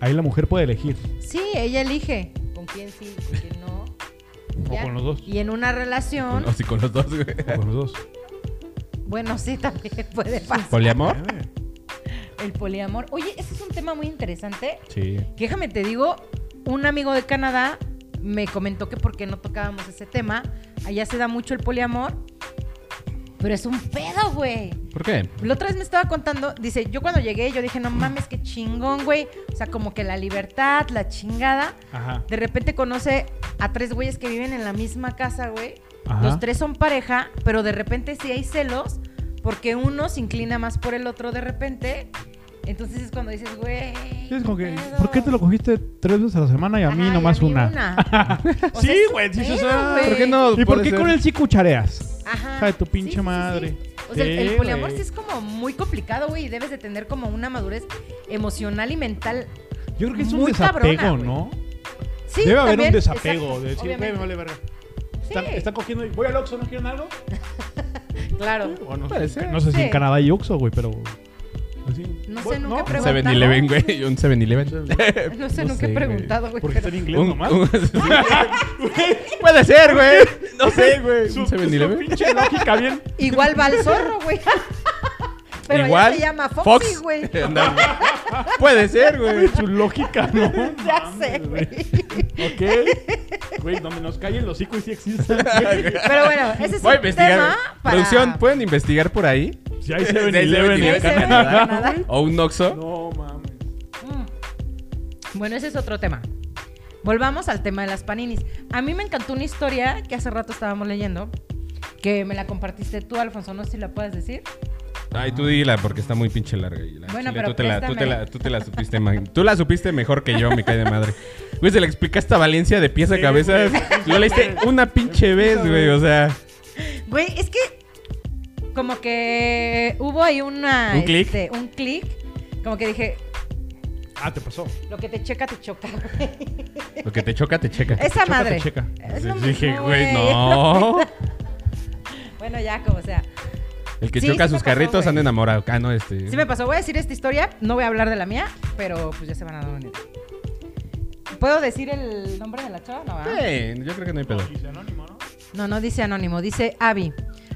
Speaker 2: Ahí la mujer puede elegir.
Speaker 1: Sí, ella elige con quién sí, con quién no.
Speaker 2: O
Speaker 1: Ya.
Speaker 2: con los dos.
Speaker 1: Y en una relación,
Speaker 3: O sí, con los dos, güey.
Speaker 2: O con los dos.
Speaker 1: bueno, sí, también puede pasar.
Speaker 3: ¿Poliamor?
Speaker 1: El poliamor. Oye, ese es un tema muy interesante.
Speaker 3: Sí.
Speaker 1: Que déjame te digo, un amigo de Canadá me comentó que por qué no tocábamos ese tema. Allá se da mucho el poliamor. Pero es un pedo, güey.
Speaker 3: ¿Por qué?
Speaker 1: La otra vez me estaba contando, dice, yo cuando llegué, yo dije, no mames, qué chingón, güey. O sea, como que la libertad, la chingada.
Speaker 2: Ajá.
Speaker 1: De repente conoce a tres güeyes que viven en la misma casa, güey.
Speaker 2: Ajá.
Speaker 1: Los tres son pareja, pero de repente sí hay celos porque uno se inclina más por el otro de repente. Entonces es cuando dices, güey.
Speaker 2: Sí, es como que,
Speaker 1: pedo?
Speaker 2: ¿Por qué te lo cogiste tres veces a la semana y a mí
Speaker 1: Ajá, y
Speaker 2: nomás
Speaker 1: mí
Speaker 2: una?
Speaker 1: O sea,
Speaker 2: Sí,
Speaker 1: es un
Speaker 2: güey, dices,
Speaker 1: pedo,
Speaker 2: ah,
Speaker 1: güey.
Speaker 3: Pues ¿Por qué no?
Speaker 2: ¿Y por
Speaker 3: puede
Speaker 2: qué
Speaker 3: ser?
Speaker 2: con él sí cuchareas?
Speaker 1: Ajá.
Speaker 2: Hija de tu pinche
Speaker 1: Sí, sí, sí,
Speaker 2: madre.
Speaker 1: sí. O sea, el- el
Speaker 2: Sí,
Speaker 1: poliamor
Speaker 2: güey.
Speaker 1: sí es como muy complicado, güey, y debes de tener como una madurez emocional y mental.
Speaker 2: Yo creo que es un
Speaker 1: Muy
Speaker 2: desapego,
Speaker 1: cabrona, güey.
Speaker 2: ¿no?
Speaker 1: Sí,
Speaker 2: Debe haber
Speaker 1: también,
Speaker 2: un desapego.
Speaker 1: exacto,
Speaker 2: de decir, güey,
Speaker 1: obviamente.
Speaker 2: me vale verga. Están,
Speaker 1: Sí,
Speaker 2: están cogiendo y voy al Oxxo, ¿no quieren algo?
Speaker 1: claro.
Speaker 2: O no,
Speaker 3: Puede ser.
Speaker 2: no sé si
Speaker 1: Sí.
Speaker 2: en Canadá hay Oxxo, güey, pero. así,
Speaker 1: No
Speaker 2: voy-
Speaker 1: sé, nunca he
Speaker 3: Un
Speaker 1: preguntado.
Speaker 3: 7-Eleven, güey. Un 7-Eleven.
Speaker 1: No sé,
Speaker 3: Eh, No
Speaker 1: nunca
Speaker 3: sé,
Speaker 1: he
Speaker 3: güey.
Speaker 1: preguntado, güey.
Speaker 2: Porque
Speaker 1: pero-
Speaker 2: está en inglés
Speaker 3: Un-
Speaker 2: nomás.
Speaker 3: un- Puede ser, güey. No sé, güey.
Speaker 2: Su-
Speaker 3: Un
Speaker 2: su
Speaker 3: 7-Eleven.
Speaker 2: pinche lógica bien.
Speaker 1: Igual va el zorro, güey. Pero
Speaker 3: Igual.
Speaker 1: ya se llama Foxy,
Speaker 3: Fox.
Speaker 1: güey.
Speaker 3: Anda, güey. Puede ser, güey.
Speaker 2: Su lógica, ¿no?
Speaker 1: Ya
Speaker 2: Mames,
Speaker 1: sé, güey.
Speaker 2: Ok. Güey, donde nos cae el hocico y sí existe.
Speaker 1: Pero bueno, ese es
Speaker 3: Voy a
Speaker 1: un tema
Speaker 3: investigar.
Speaker 1: para...
Speaker 3: Producción, ¿pueden investigar por ahí?
Speaker 2: Si hay
Speaker 3: Sí, hay
Speaker 2: 7-Eleven en
Speaker 3: 7-Eleven.
Speaker 2: Canadá.
Speaker 1: Canadá.
Speaker 3: ¿O un Oxxo?
Speaker 2: No mames.
Speaker 1: Mm. Bueno, ese es otro tema. Volvamos al tema de las paninis. A mí me encantó una historia que hace rato estábamos leyendo, que me la compartiste tú, Alfonso, no sé si la puedes decir.
Speaker 3: Ay, tú dila porque está muy pinche larga. y la
Speaker 1: Bueno,
Speaker 3: chile,
Speaker 1: pero
Speaker 3: tú te, la, tú, te
Speaker 1: préstame.
Speaker 3: la, tú te la supiste ma- Tú la supiste mejor que yo, me cae de madre. Güey, se la explicaste a Valencia de pies a
Speaker 2: Sí,
Speaker 3: cabeza.
Speaker 2: güey.
Speaker 3: Lo leíste una pinche vez, güey. O sea,
Speaker 1: Güey, es que como que hubo ahí una...
Speaker 3: ¿Un clic?
Speaker 1: este, Un clic. Como que dije,
Speaker 2: Ah, te pasó.
Speaker 1: lo que te checa, te choca, güey.
Speaker 3: lo que te choca, te checa.
Speaker 1: Esa
Speaker 2: Te choca, te
Speaker 1: madre.
Speaker 2: checa.
Speaker 1: Es lo
Speaker 3: Dije,
Speaker 1: mismo,
Speaker 3: güey, no.
Speaker 1: Bueno, ya, como sea.
Speaker 3: El que
Speaker 1: Sí,
Speaker 3: choca
Speaker 1: sí me pasó,
Speaker 3: sus carritos
Speaker 1: güey.
Speaker 3: anda enamorado. Ah, no, este.
Speaker 1: Sí me pasó, voy a decir esta historia, no voy a hablar de la mía, pero pues ya se van a dar una idea. ¿Puedo decir el nombre de la chava? No, ¿verdad?
Speaker 3: Sí, yo creo que no hay pedo.
Speaker 2: Dice anónimo, ¿no?
Speaker 1: No, no dice anónimo, dice Abby.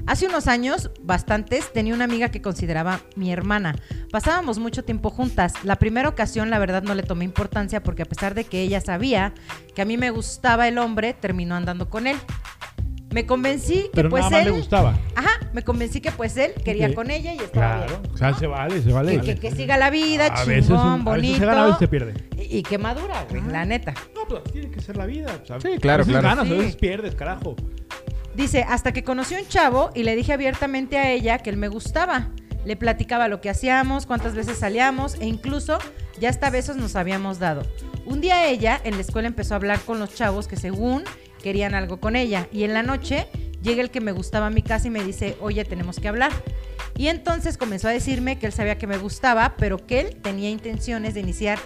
Speaker 1: Hace unos años, bastantes, tenía una amiga que consideraba mi hermana. Pasábamos mucho tiempo juntas. La primera ocasión, la verdad, no le tomé importancia porque a pesar de que ella sabía que a mí me gustaba el hombre, terminó andando con él. Me convencí que
Speaker 2: Pero
Speaker 1: pues
Speaker 2: nada más
Speaker 1: él...
Speaker 2: le gustaba.
Speaker 1: Ajá, me convencí que pues él quería
Speaker 2: Sí.
Speaker 1: con ella y estaba
Speaker 2: Claro.
Speaker 1: bien.
Speaker 2: O sea, se vale, se
Speaker 1: Que-
Speaker 2: vale.
Speaker 1: Que, que siga la vida,
Speaker 2: a
Speaker 1: chingón,
Speaker 2: veces, un- a veces
Speaker 1: bonito.
Speaker 2: se gana, a veces se pierde.
Speaker 1: y, y que madura, güey, la neta.
Speaker 2: No, pero tiene que ser la vida. ¿sabes?
Speaker 3: Sí, claro,
Speaker 2: a veces
Speaker 3: claro.
Speaker 2: ganas,
Speaker 1: Sí.
Speaker 2: a veces pierdes, carajo.
Speaker 1: Dice, hasta que conocí a un chavo y le dije abiertamente a ella que él me gustaba. Le platicaba lo que hacíamos, cuántas veces salíamos e incluso ya hasta besos nos habíamos dado. Un día ella en la escuela empezó a hablar con los chavos que según querían algo con ella y en la noche llega el que me gustaba a mi casa y me dice, oye, tenemos que hablar. Y entonces comenzó a decirme que él sabía que me gustaba, pero que él tenía intenciones de iniciar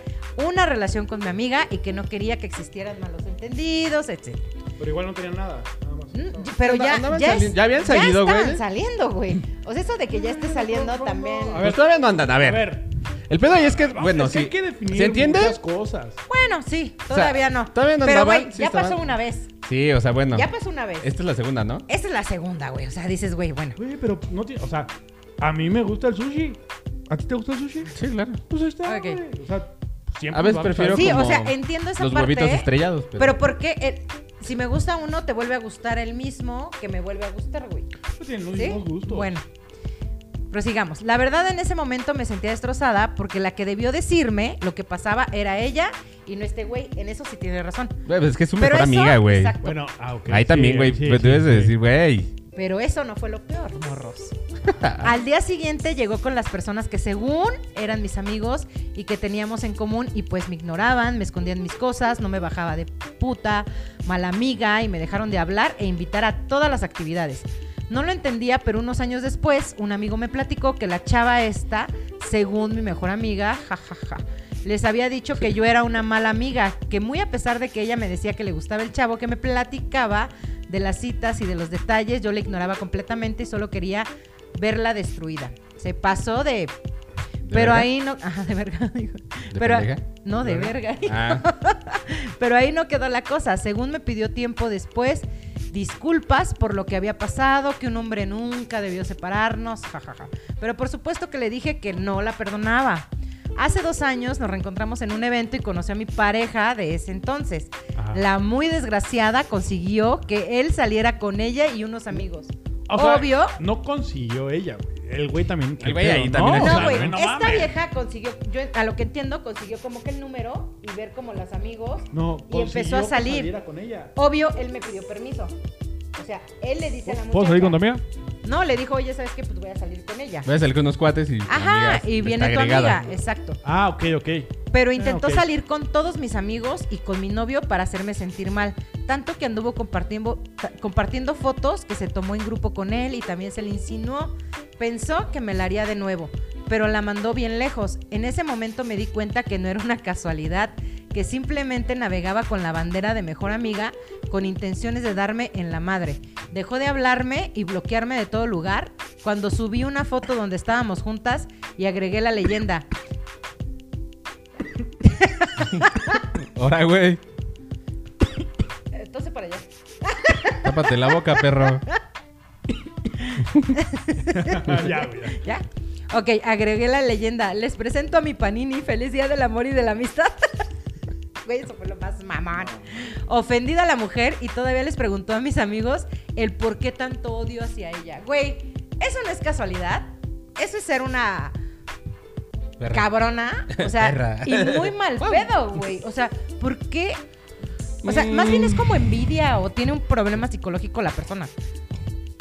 Speaker 1: una relación con mi amiga y que no quería que existieran malos entendidos, etc.
Speaker 2: Pero igual no tenía nada. Nada más.
Speaker 1: Mm, Pero
Speaker 3: Anda-
Speaker 1: ya,
Speaker 3: andaban
Speaker 1: ya,
Speaker 3: sali-
Speaker 1: es-
Speaker 3: ya habían salido,
Speaker 1: estaban
Speaker 3: güey.
Speaker 1: saliendo, güey. O sea, eso de que ya esté saliendo también.
Speaker 2: A ver.
Speaker 3: Pues todavía no andan. A
Speaker 2: A
Speaker 3: ver.
Speaker 2: ver.
Speaker 3: El pedo ahí es que, bueno,
Speaker 2: es que
Speaker 3: sí.
Speaker 2: Hay que definir
Speaker 3: ¿Se entiende?
Speaker 2: muchas cosas.
Speaker 1: Bueno, sí, todavía no.
Speaker 3: todavía no
Speaker 1: Pero,
Speaker 3: andaban,
Speaker 1: güey,
Speaker 3: sí
Speaker 1: ya
Speaker 3: estaban.
Speaker 1: pasó una vez.
Speaker 3: Sí, o sea, bueno.
Speaker 1: Ya pasó una vez.
Speaker 3: Esta es la segunda, ¿no?
Speaker 1: Esa es la segunda, güey. O sea, dices, güey, bueno.
Speaker 2: Oye, pero no tiene. O sea, a mí me gusta el sushi. ¿A ti te gusta el sushi?
Speaker 3: Sí, claro.
Speaker 2: Pues ahí está.
Speaker 1: Ok.
Speaker 2: güey. O sea, siempre.
Speaker 3: A veces
Speaker 2: va
Speaker 3: prefiero
Speaker 1: Sí,
Speaker 2: gustar.
Speaker 1: o
Speaker 3: como
Speaker 1: sea, entiendo esa
Speaker 3: Los
Speaker 1: parte.
Speaker 3: huevitos estrellados.
Speaker 1: Pero porque si me gusta uno, te vuelve a gustar el mismo que me vuelve a gustar, güey.
Speaker 2: Siempre tienen los
Speaker 1: ¿Sí?
Speaker 2: mismos gustos.
Speaker 1: Bueno. Prosigamos. La verdad en ese momento me sentía destrozada porque la que debió decirme lo que pasaba era ella y no este güey. En eso sí tiene razón.
Speaker 3: Güey, pues es que es su
Speaker 1: Pero
Speaker 3: mejor
Speaker 1: eso,
Speaker 3: amiga, güey.
Speaker 1: exacto.
Speaker 2: Bueno, ah, ok.
Speaker 3: Ahí
Speaker 2: sí,
Speaker 3: también, güey.
Speaker 2: sí,
Speaker 3: pues
Speaker 2: sí,
Speaker 3: debes de
Speaker 2: sí.
Speaker 3: decir, güey.
Speaker 1: Pero eso no fue lo peor, morros. Al día siguiente llegó con las personas que según eran mis amigos y que teníamos en común y pues me ignoraban, me escondían mis cosas, no me bajaba de puta, mala amiga y me dejaron de hablar e invitar a todas las actividades. No lo entendía, pero unos años después un amigo me platicó que la chava esta, según mi mejor amiga, jajaja, les había dicho que yo era una mala amiga, que muy a pesar de que ella me decía que le gustaba el chavo, que me platicaba de las citas y de los detalles, yo la ignoraba completamente y solo quería verla destruida. Se pasó de... Pero
Speaker 3: verga?
Speaker 1: ahí no... Ajá, de verga. digo. Pero,
Speaker 3: pendeja?
Speaker 1: no, de verga.
Speaker 3: Ah,
Speaker 1: Pero ahí no quedó la cosa. Según me pidió tiempo después, disculpas por lo que había pasado, que un hombre nunca debió separarnos, jajaja. Pero por supuesto que le dije que no la perdonaba. Hace dos años nos reencontramos en un evento y conocí a mi pareja de ese entonces.
Speaker 2: Ajá.
Speaker 1: La muy desgraciada consiguió que él saliera con ella y unos amigos.
Speaker 2: O sea,
Speaker 1: Obvio.
Speaker 2: No consiguió ella, güey. El güey también.
Speaker 3: El güey ahí
Speaker 2: ¿no?
Speaker 3: también
Speaker 2: O sea,
Speaker 1: No, güey,
Speaker 2: no
Speaker 1: esta
Speaker 2: mames.
Speaker 1: vieja consiguió, yo a lo que entiendo, consiguió como que el número y ver como los amigos
Speaker 2: No,
Speaker 1: y empezó
Speaker 2: consiguió
Speaker 1: a
Speaker 2: que
Speaker 1: salir.
Speaker 2: saliera con ella.
Speaker 1: Obvio, él me pidió permiso. O sea, él le dice a la muchacha.
Speaker 2: ¿Puedo salir con tu amiga?
Speaker 1: No, le dijo, oye, ¿sabes qué? Pues voy a salir con ella.
Speaker 3: voy a salir con unos cuates y.
Speaker 1: Ajá,
Speaker 3: amigas,
Speaker 1: y viene tu
Speaker 3: está agregada.
Speaker 1: amiga, exacto.
Speaker 2: Ah, ok, ok.
Speaker 1: Pero intentó
Speaker 2: Ah, ok.
Speaker 1: salir con todos mis amigos y con mi novio para hacerme sentir mal. Tanto que anduvo compartiendo, ta- compartiendo fotos que se tomó en grupo con él y también se le insinuó. Pensó que me la haría de nuevo, pero la mandó bien lejos. En ese momento me di cuenta que no era una casualidad, que simplemente navegaba con la bandera de mejor amiga con intenciones de darme en la madre. Dejó de hablarme y bloquearme de todo lugar cuando subí una foto donde estábamos juntas y agregué la leyenda.
Speaker 3: Ahora, güey.
Speaker 1: Entonces Eh, para allá.
Speaker 3: Tápate la boca, perro.
Speaker 2: Ah, ya, güey. ya.
Speaker 1: ¿Ya? Ok, agregué la leyenda. Les presento a mi panini. Feliz día del amor y de la amistad. Güey, eso fue lo más mamón. Ofendida la mujer y todavía les preguntó a mis amigos el por qué tanto odio hacia ella. Güey, eso no es casualidad. Eso es ser una
Speaker 3: Perro.
Speaker 1: cabrona. O sea,
Speaker 3: Perra.
Speaker 1: y muy mal pedo, güey. O sea, ¿por qué? O sea, más bien
Speaker 3: Mm.
Speaker 1: es como envidia o tiene un problema psicológico la persona.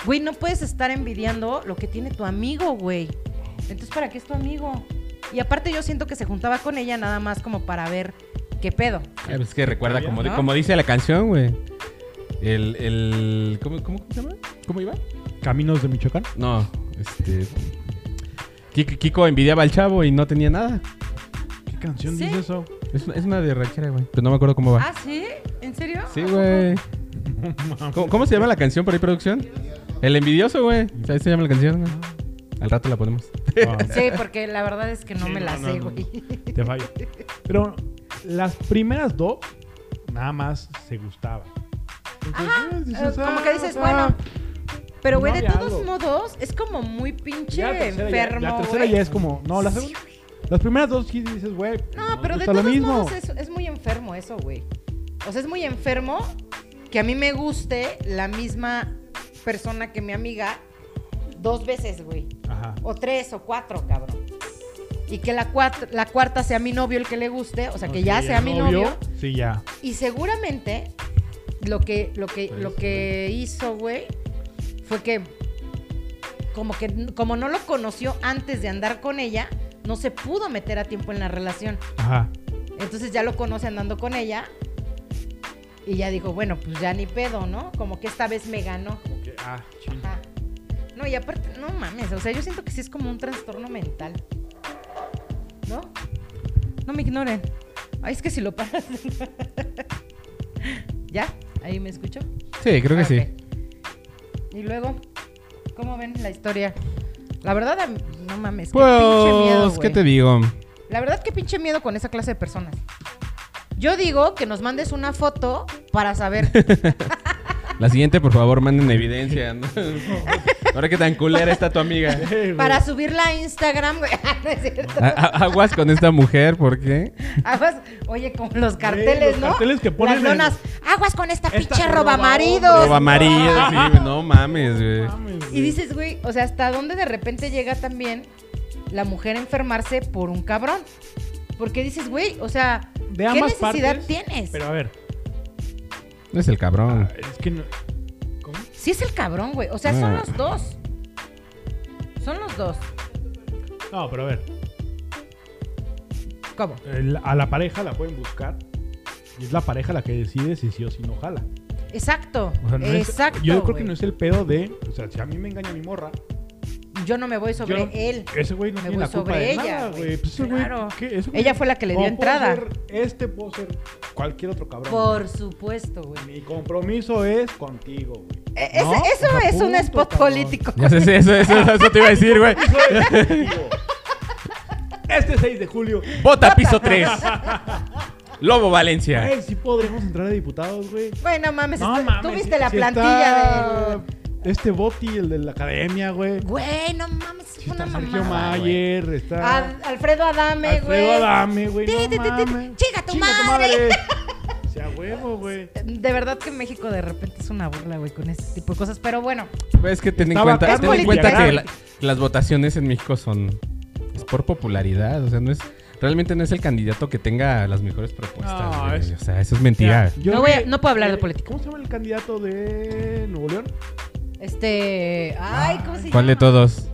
Speaker 1: Güey, no puedes estar envidiando lo que tiene tu amigo, güey. Entonces, ¿para qué es tu amigo? Y aparte yo siento que se juntaba con ella nada más como para ver qué pedo.
Speaker 3: Ah, pues Es que recuerda, como,
Speaker 1: Ajá.
Speaker 3: como dice la canción, güey. El, el. ¿Cómo, cómo se llama? ¿Cómo iba?
Speaker 2: ¿Caminos de Michoacán?
Speaker 3: No, este. Kiko, Kiko envidiaba al chavo y no tenía nada.
Speaker 2: ¿Qué canción
Speaker 1: Sí.
Speaker 2: dice eso?
Speaker 3: Es, una- es una de ranchera, güey. Pero Pues no me acuerdo cómo va.
Speaker 1: ¿Ah, sí? ¿En serio?
Speaker 3: sí, güey. ¿Cómo, cómo se llama la canción por ahí, producción? El envidioso, güey. ¿Sabes se llama la canción? güey? Al rato la ponemos.
Speaker 2: Ah,
Speaker 1: Sí, porque la verdad es que no
Speaker 2: Sí,
Speaker 1: me
Speaker 2: no,
Speaker 1: la
Speaker 2: no,
Speaker 1: sé,
Speaker 2: no.
Speaker 1: güey.
Speaker 2: te fallo. Pero las primeras dos nada más se gustaban. Entonces, eh, dices,
Speaker 1: Eh,
Speaker 2: ah,
Speaker 1: como que dices,
Speaker 2: o sea,
Speaker 1: bueno. Pero,
Speaker 2: no
Speaker 1: güey, de
Speaker 2: había
Speaker 1: todos
Speaker 2: algo.
Speaker 1: modos, es como muy pinche
Speaker 2: ya la tercera ya-
Speaker 1: enfermo.
Speaker 2: La tercera
Speaker 1: güey.
Speaker 2: ya es como. No, la segunda. Las primeras dos sí dices, güey. pues,
Speaker 1: No,
Speaker 2: nos
Speaker 1: pero de
Speaker 2: gusta
Speaker 1: todos modos es, es muy enfermo eso, güey. O sea, es muy enfermo que a mí me guste la misma persona que mi amiga dos veces, güey.
Speaker 2: Ajá.
Speaker 1: O tres o cuatro, cabrón. Y que la, cuat- la cuarta sea mi novio el que le guste, o sea, que
Speaker 2: Ok,
Speaker 1: ya
Speaker 2: el
Speaker 1: sea mi novio.
Speaker 2: Sí, ya.
Speaker 1: Y seguramente lo que, lo que, lo
Speaker 3: Pues,
Speaker 1: que hizo, güey, fue que como que como no lo conoció antes de andar con ella, no se pudo meter a tiempo en la relación.
Speaker 2: Ajá.
Speaker 1: Entonces ya lo conoce andando con ella. Y ya dijo, bueno, pues ya ni pedo, ¿no? Como que esta vez me ganó.
Speaker 2: Como que, ah, ching.
Speaker 1: Ajá. No, y aparte, no mames, o sea, yo siento que sí es como un trastorno mental. ¿No? No me ignoren. Ay, es que si lo paras. ¿Ya? ¿Ahí me escucho?
Speaker 3: Sí, creo que
Speaker 1: Ah,
Speaker 3: sí.
Speaker 1: ok. Y luego, ¿cómo ven la historia? La verdad, a mí- no mames, qué pinche miedo,
Speaker 3: Pues, ¿qué
Speaker 1: güey.
Speaker 3: te digo?
Speaker 1: La verdad, qué pinche miedo con esa clase de personas. Yo digo que nos mandes una foto para saber.
Speaker 3: La siguiente, por favor, manden evidencia. ¿no? Ahora que tan culera está tu amiga.
Speaker 2: Eh, güey.
Speaker 1: para subirla a Instagram, güey. Ah, No es cierto.
Speaker 2: Ah.
Speaker 3: A- a- aguas con esta mujer, ¿por qué?
Speaker 1: Aguas, oye, como los
Speaker 2: Güey,
Speaker 1: carteles,
Speaker 2: los
Speaker 1: ¿no?
Speaker 2: carteles que ponen
Speaker 1: Las
Speaker 2: en-
Speaker 1: lonas. Aguas con esta,
Speaker 2: Esta
Speaker 1: pinche
Speaker 2: roba
Speaker 1: roba maridos.
Speaker 3: Roba amarilla, sí, no mames, güey.
Speaker 2: Mames,
Speaker 1: Y
Speaker 2: güey.
Speaker 1: dices, güey, o sea, ¿hasta dónde de repente llega también la mujer a enfermarse por un cabrón? Porque dices, güey, o sea,
Speaker 2: De
Speaker 1: ¿qué
Speaker 2: ambas
Speaker 1: necesidad
Speaker 2: partes,
Speaker 1: tienes?
Speaker 2: Pero a ver.
Speaker 3: No es el cabrón.
Speaker 2: Es que no. ¿Cómo?
Speaker 1: Sí es el cabrón, güey. O sea, son
Speaker 4: Ah.
Speaker 1: los dos. Son los dos.
Speaker 2: No, pero a ver.
Speaker 1: ¿Cómo?
Speaker 2: el- a la pareja la pueden buscar. Y es la pareja la que decide si sí o si no jala.
Speaker 1: Exacto.
Speaker 2: O sea, no es-
Speaker 1: Exacto.
Speaker 2: yo creo que
Speaker 1: güey.
Speaker 2: no es el pedo de. O sea, si a mí me engaña mi morra.
Speaker 1: Yo no me voy sobre
Speaker 2: yo no- Eh,
Speaker 1: él.
Speaker 2: Ese güey no
Speaker 1: Me
Speaker 2: tiene
Speaker 1: voy
Speaker 2: la culpa
Speaker 1: sobre
Speaker 2: de
Speaker 1: ella,
Speaker 2: nada,
Speaker 1: güey.
Speaker 2: güey. Pues ese güey,
Speaker 1: Claro.
Speaker 2: ¿qué? Ese güey-
Speaker 1: Ella fue la que le
Speaker 2: o
Speaker 1: dio
Speaker 2: puedo
Speaker 1: entrada.
Speaker 2: ser este puedo ser cualquier otro cabrón.
Speaker 1: Por supuesto, güey.
Speaker 2: Mi compromiso es contigo, güey.
Speaker 1: E- ese-
Speaker 2: No,
Speaker 1: eso
Speaker 2: pues,
Speaker 1: es un
Speaker 2: apunto,
Speaker 1: spot
Speaker 2: cabrón.
Speaker 1: político.
Speaker 3: Ya sé, sí, eso, eso, eso te iba a decir, güey.
Speaker 2: Soy contigo. Este 6 de julio.
Speaker 3: Bota piso 3. Lobo Valencia.
Speaker 2: Ay, sí podremos entrar a diputados, güey.
Speaker 1: Güey, no mames.
Speaker 2: No
Speaker 1: esto-
Speaker 2: mames.
Speaker 1: Pues Tú viste
Speaker 2: si-
Speaker 1: la
Speaker 2: si
Speaker 1: plantilla
Speaker 2: está Este Boti, el de la academia, güey.
Speaker 1: de. Güey, no mames.
Speaker 2: Si
Speaker 1: fue una
Speaker 2: está Sergio
Speaker 1: mamada.
Speaker 2: Mayer, está.
Speaker 1: Ad- Alfredo Adame, güey.
Speaker 2: Alfredo Adame, güey.
Speaker 1: Ti, ti,
Speaker 2: No
Speaker 1: ti, ti.
Speaker 2: mames.
Speaker 1: Chinga tu madre.
Speaker 2: O sea, huevo, güey.
Speaker 1: De verdad que México de repente es una burla, güey, con ese tipo de cosas. Pero bueno,
Speaker 3: Es que ten en
Speaker 2: Estaba
Speaker 3: cuenta,
Speaker 2: Carlos
Speaker 3: ten en cuenta
Speaker 1: Villagrán.
Speaker 3: que la- las votaciones en México son es por popularidad, o sea, no es realmente no es el candidato que tenga las mejores propuestas.
Speaker 2: No,
Speaker 3: güey,
Speaker 2: es-
Speaker 3: o sea, eso es mentira.
Speaker 2: O sea, yo
Speaker 1: No voy a-
Speaker 2: vi-
Speaker 1: no puedo hablar de
Speaker 2: eh,
Speaker 1: política.
Speaker 2: ¿Cómo se llama el candidato de Nuevo León?
Speaker 1: este. Ay, ¿cómo se
Speaker 3: ¿Cuál
Speaker 1: llama?
Speaker 3: de todos?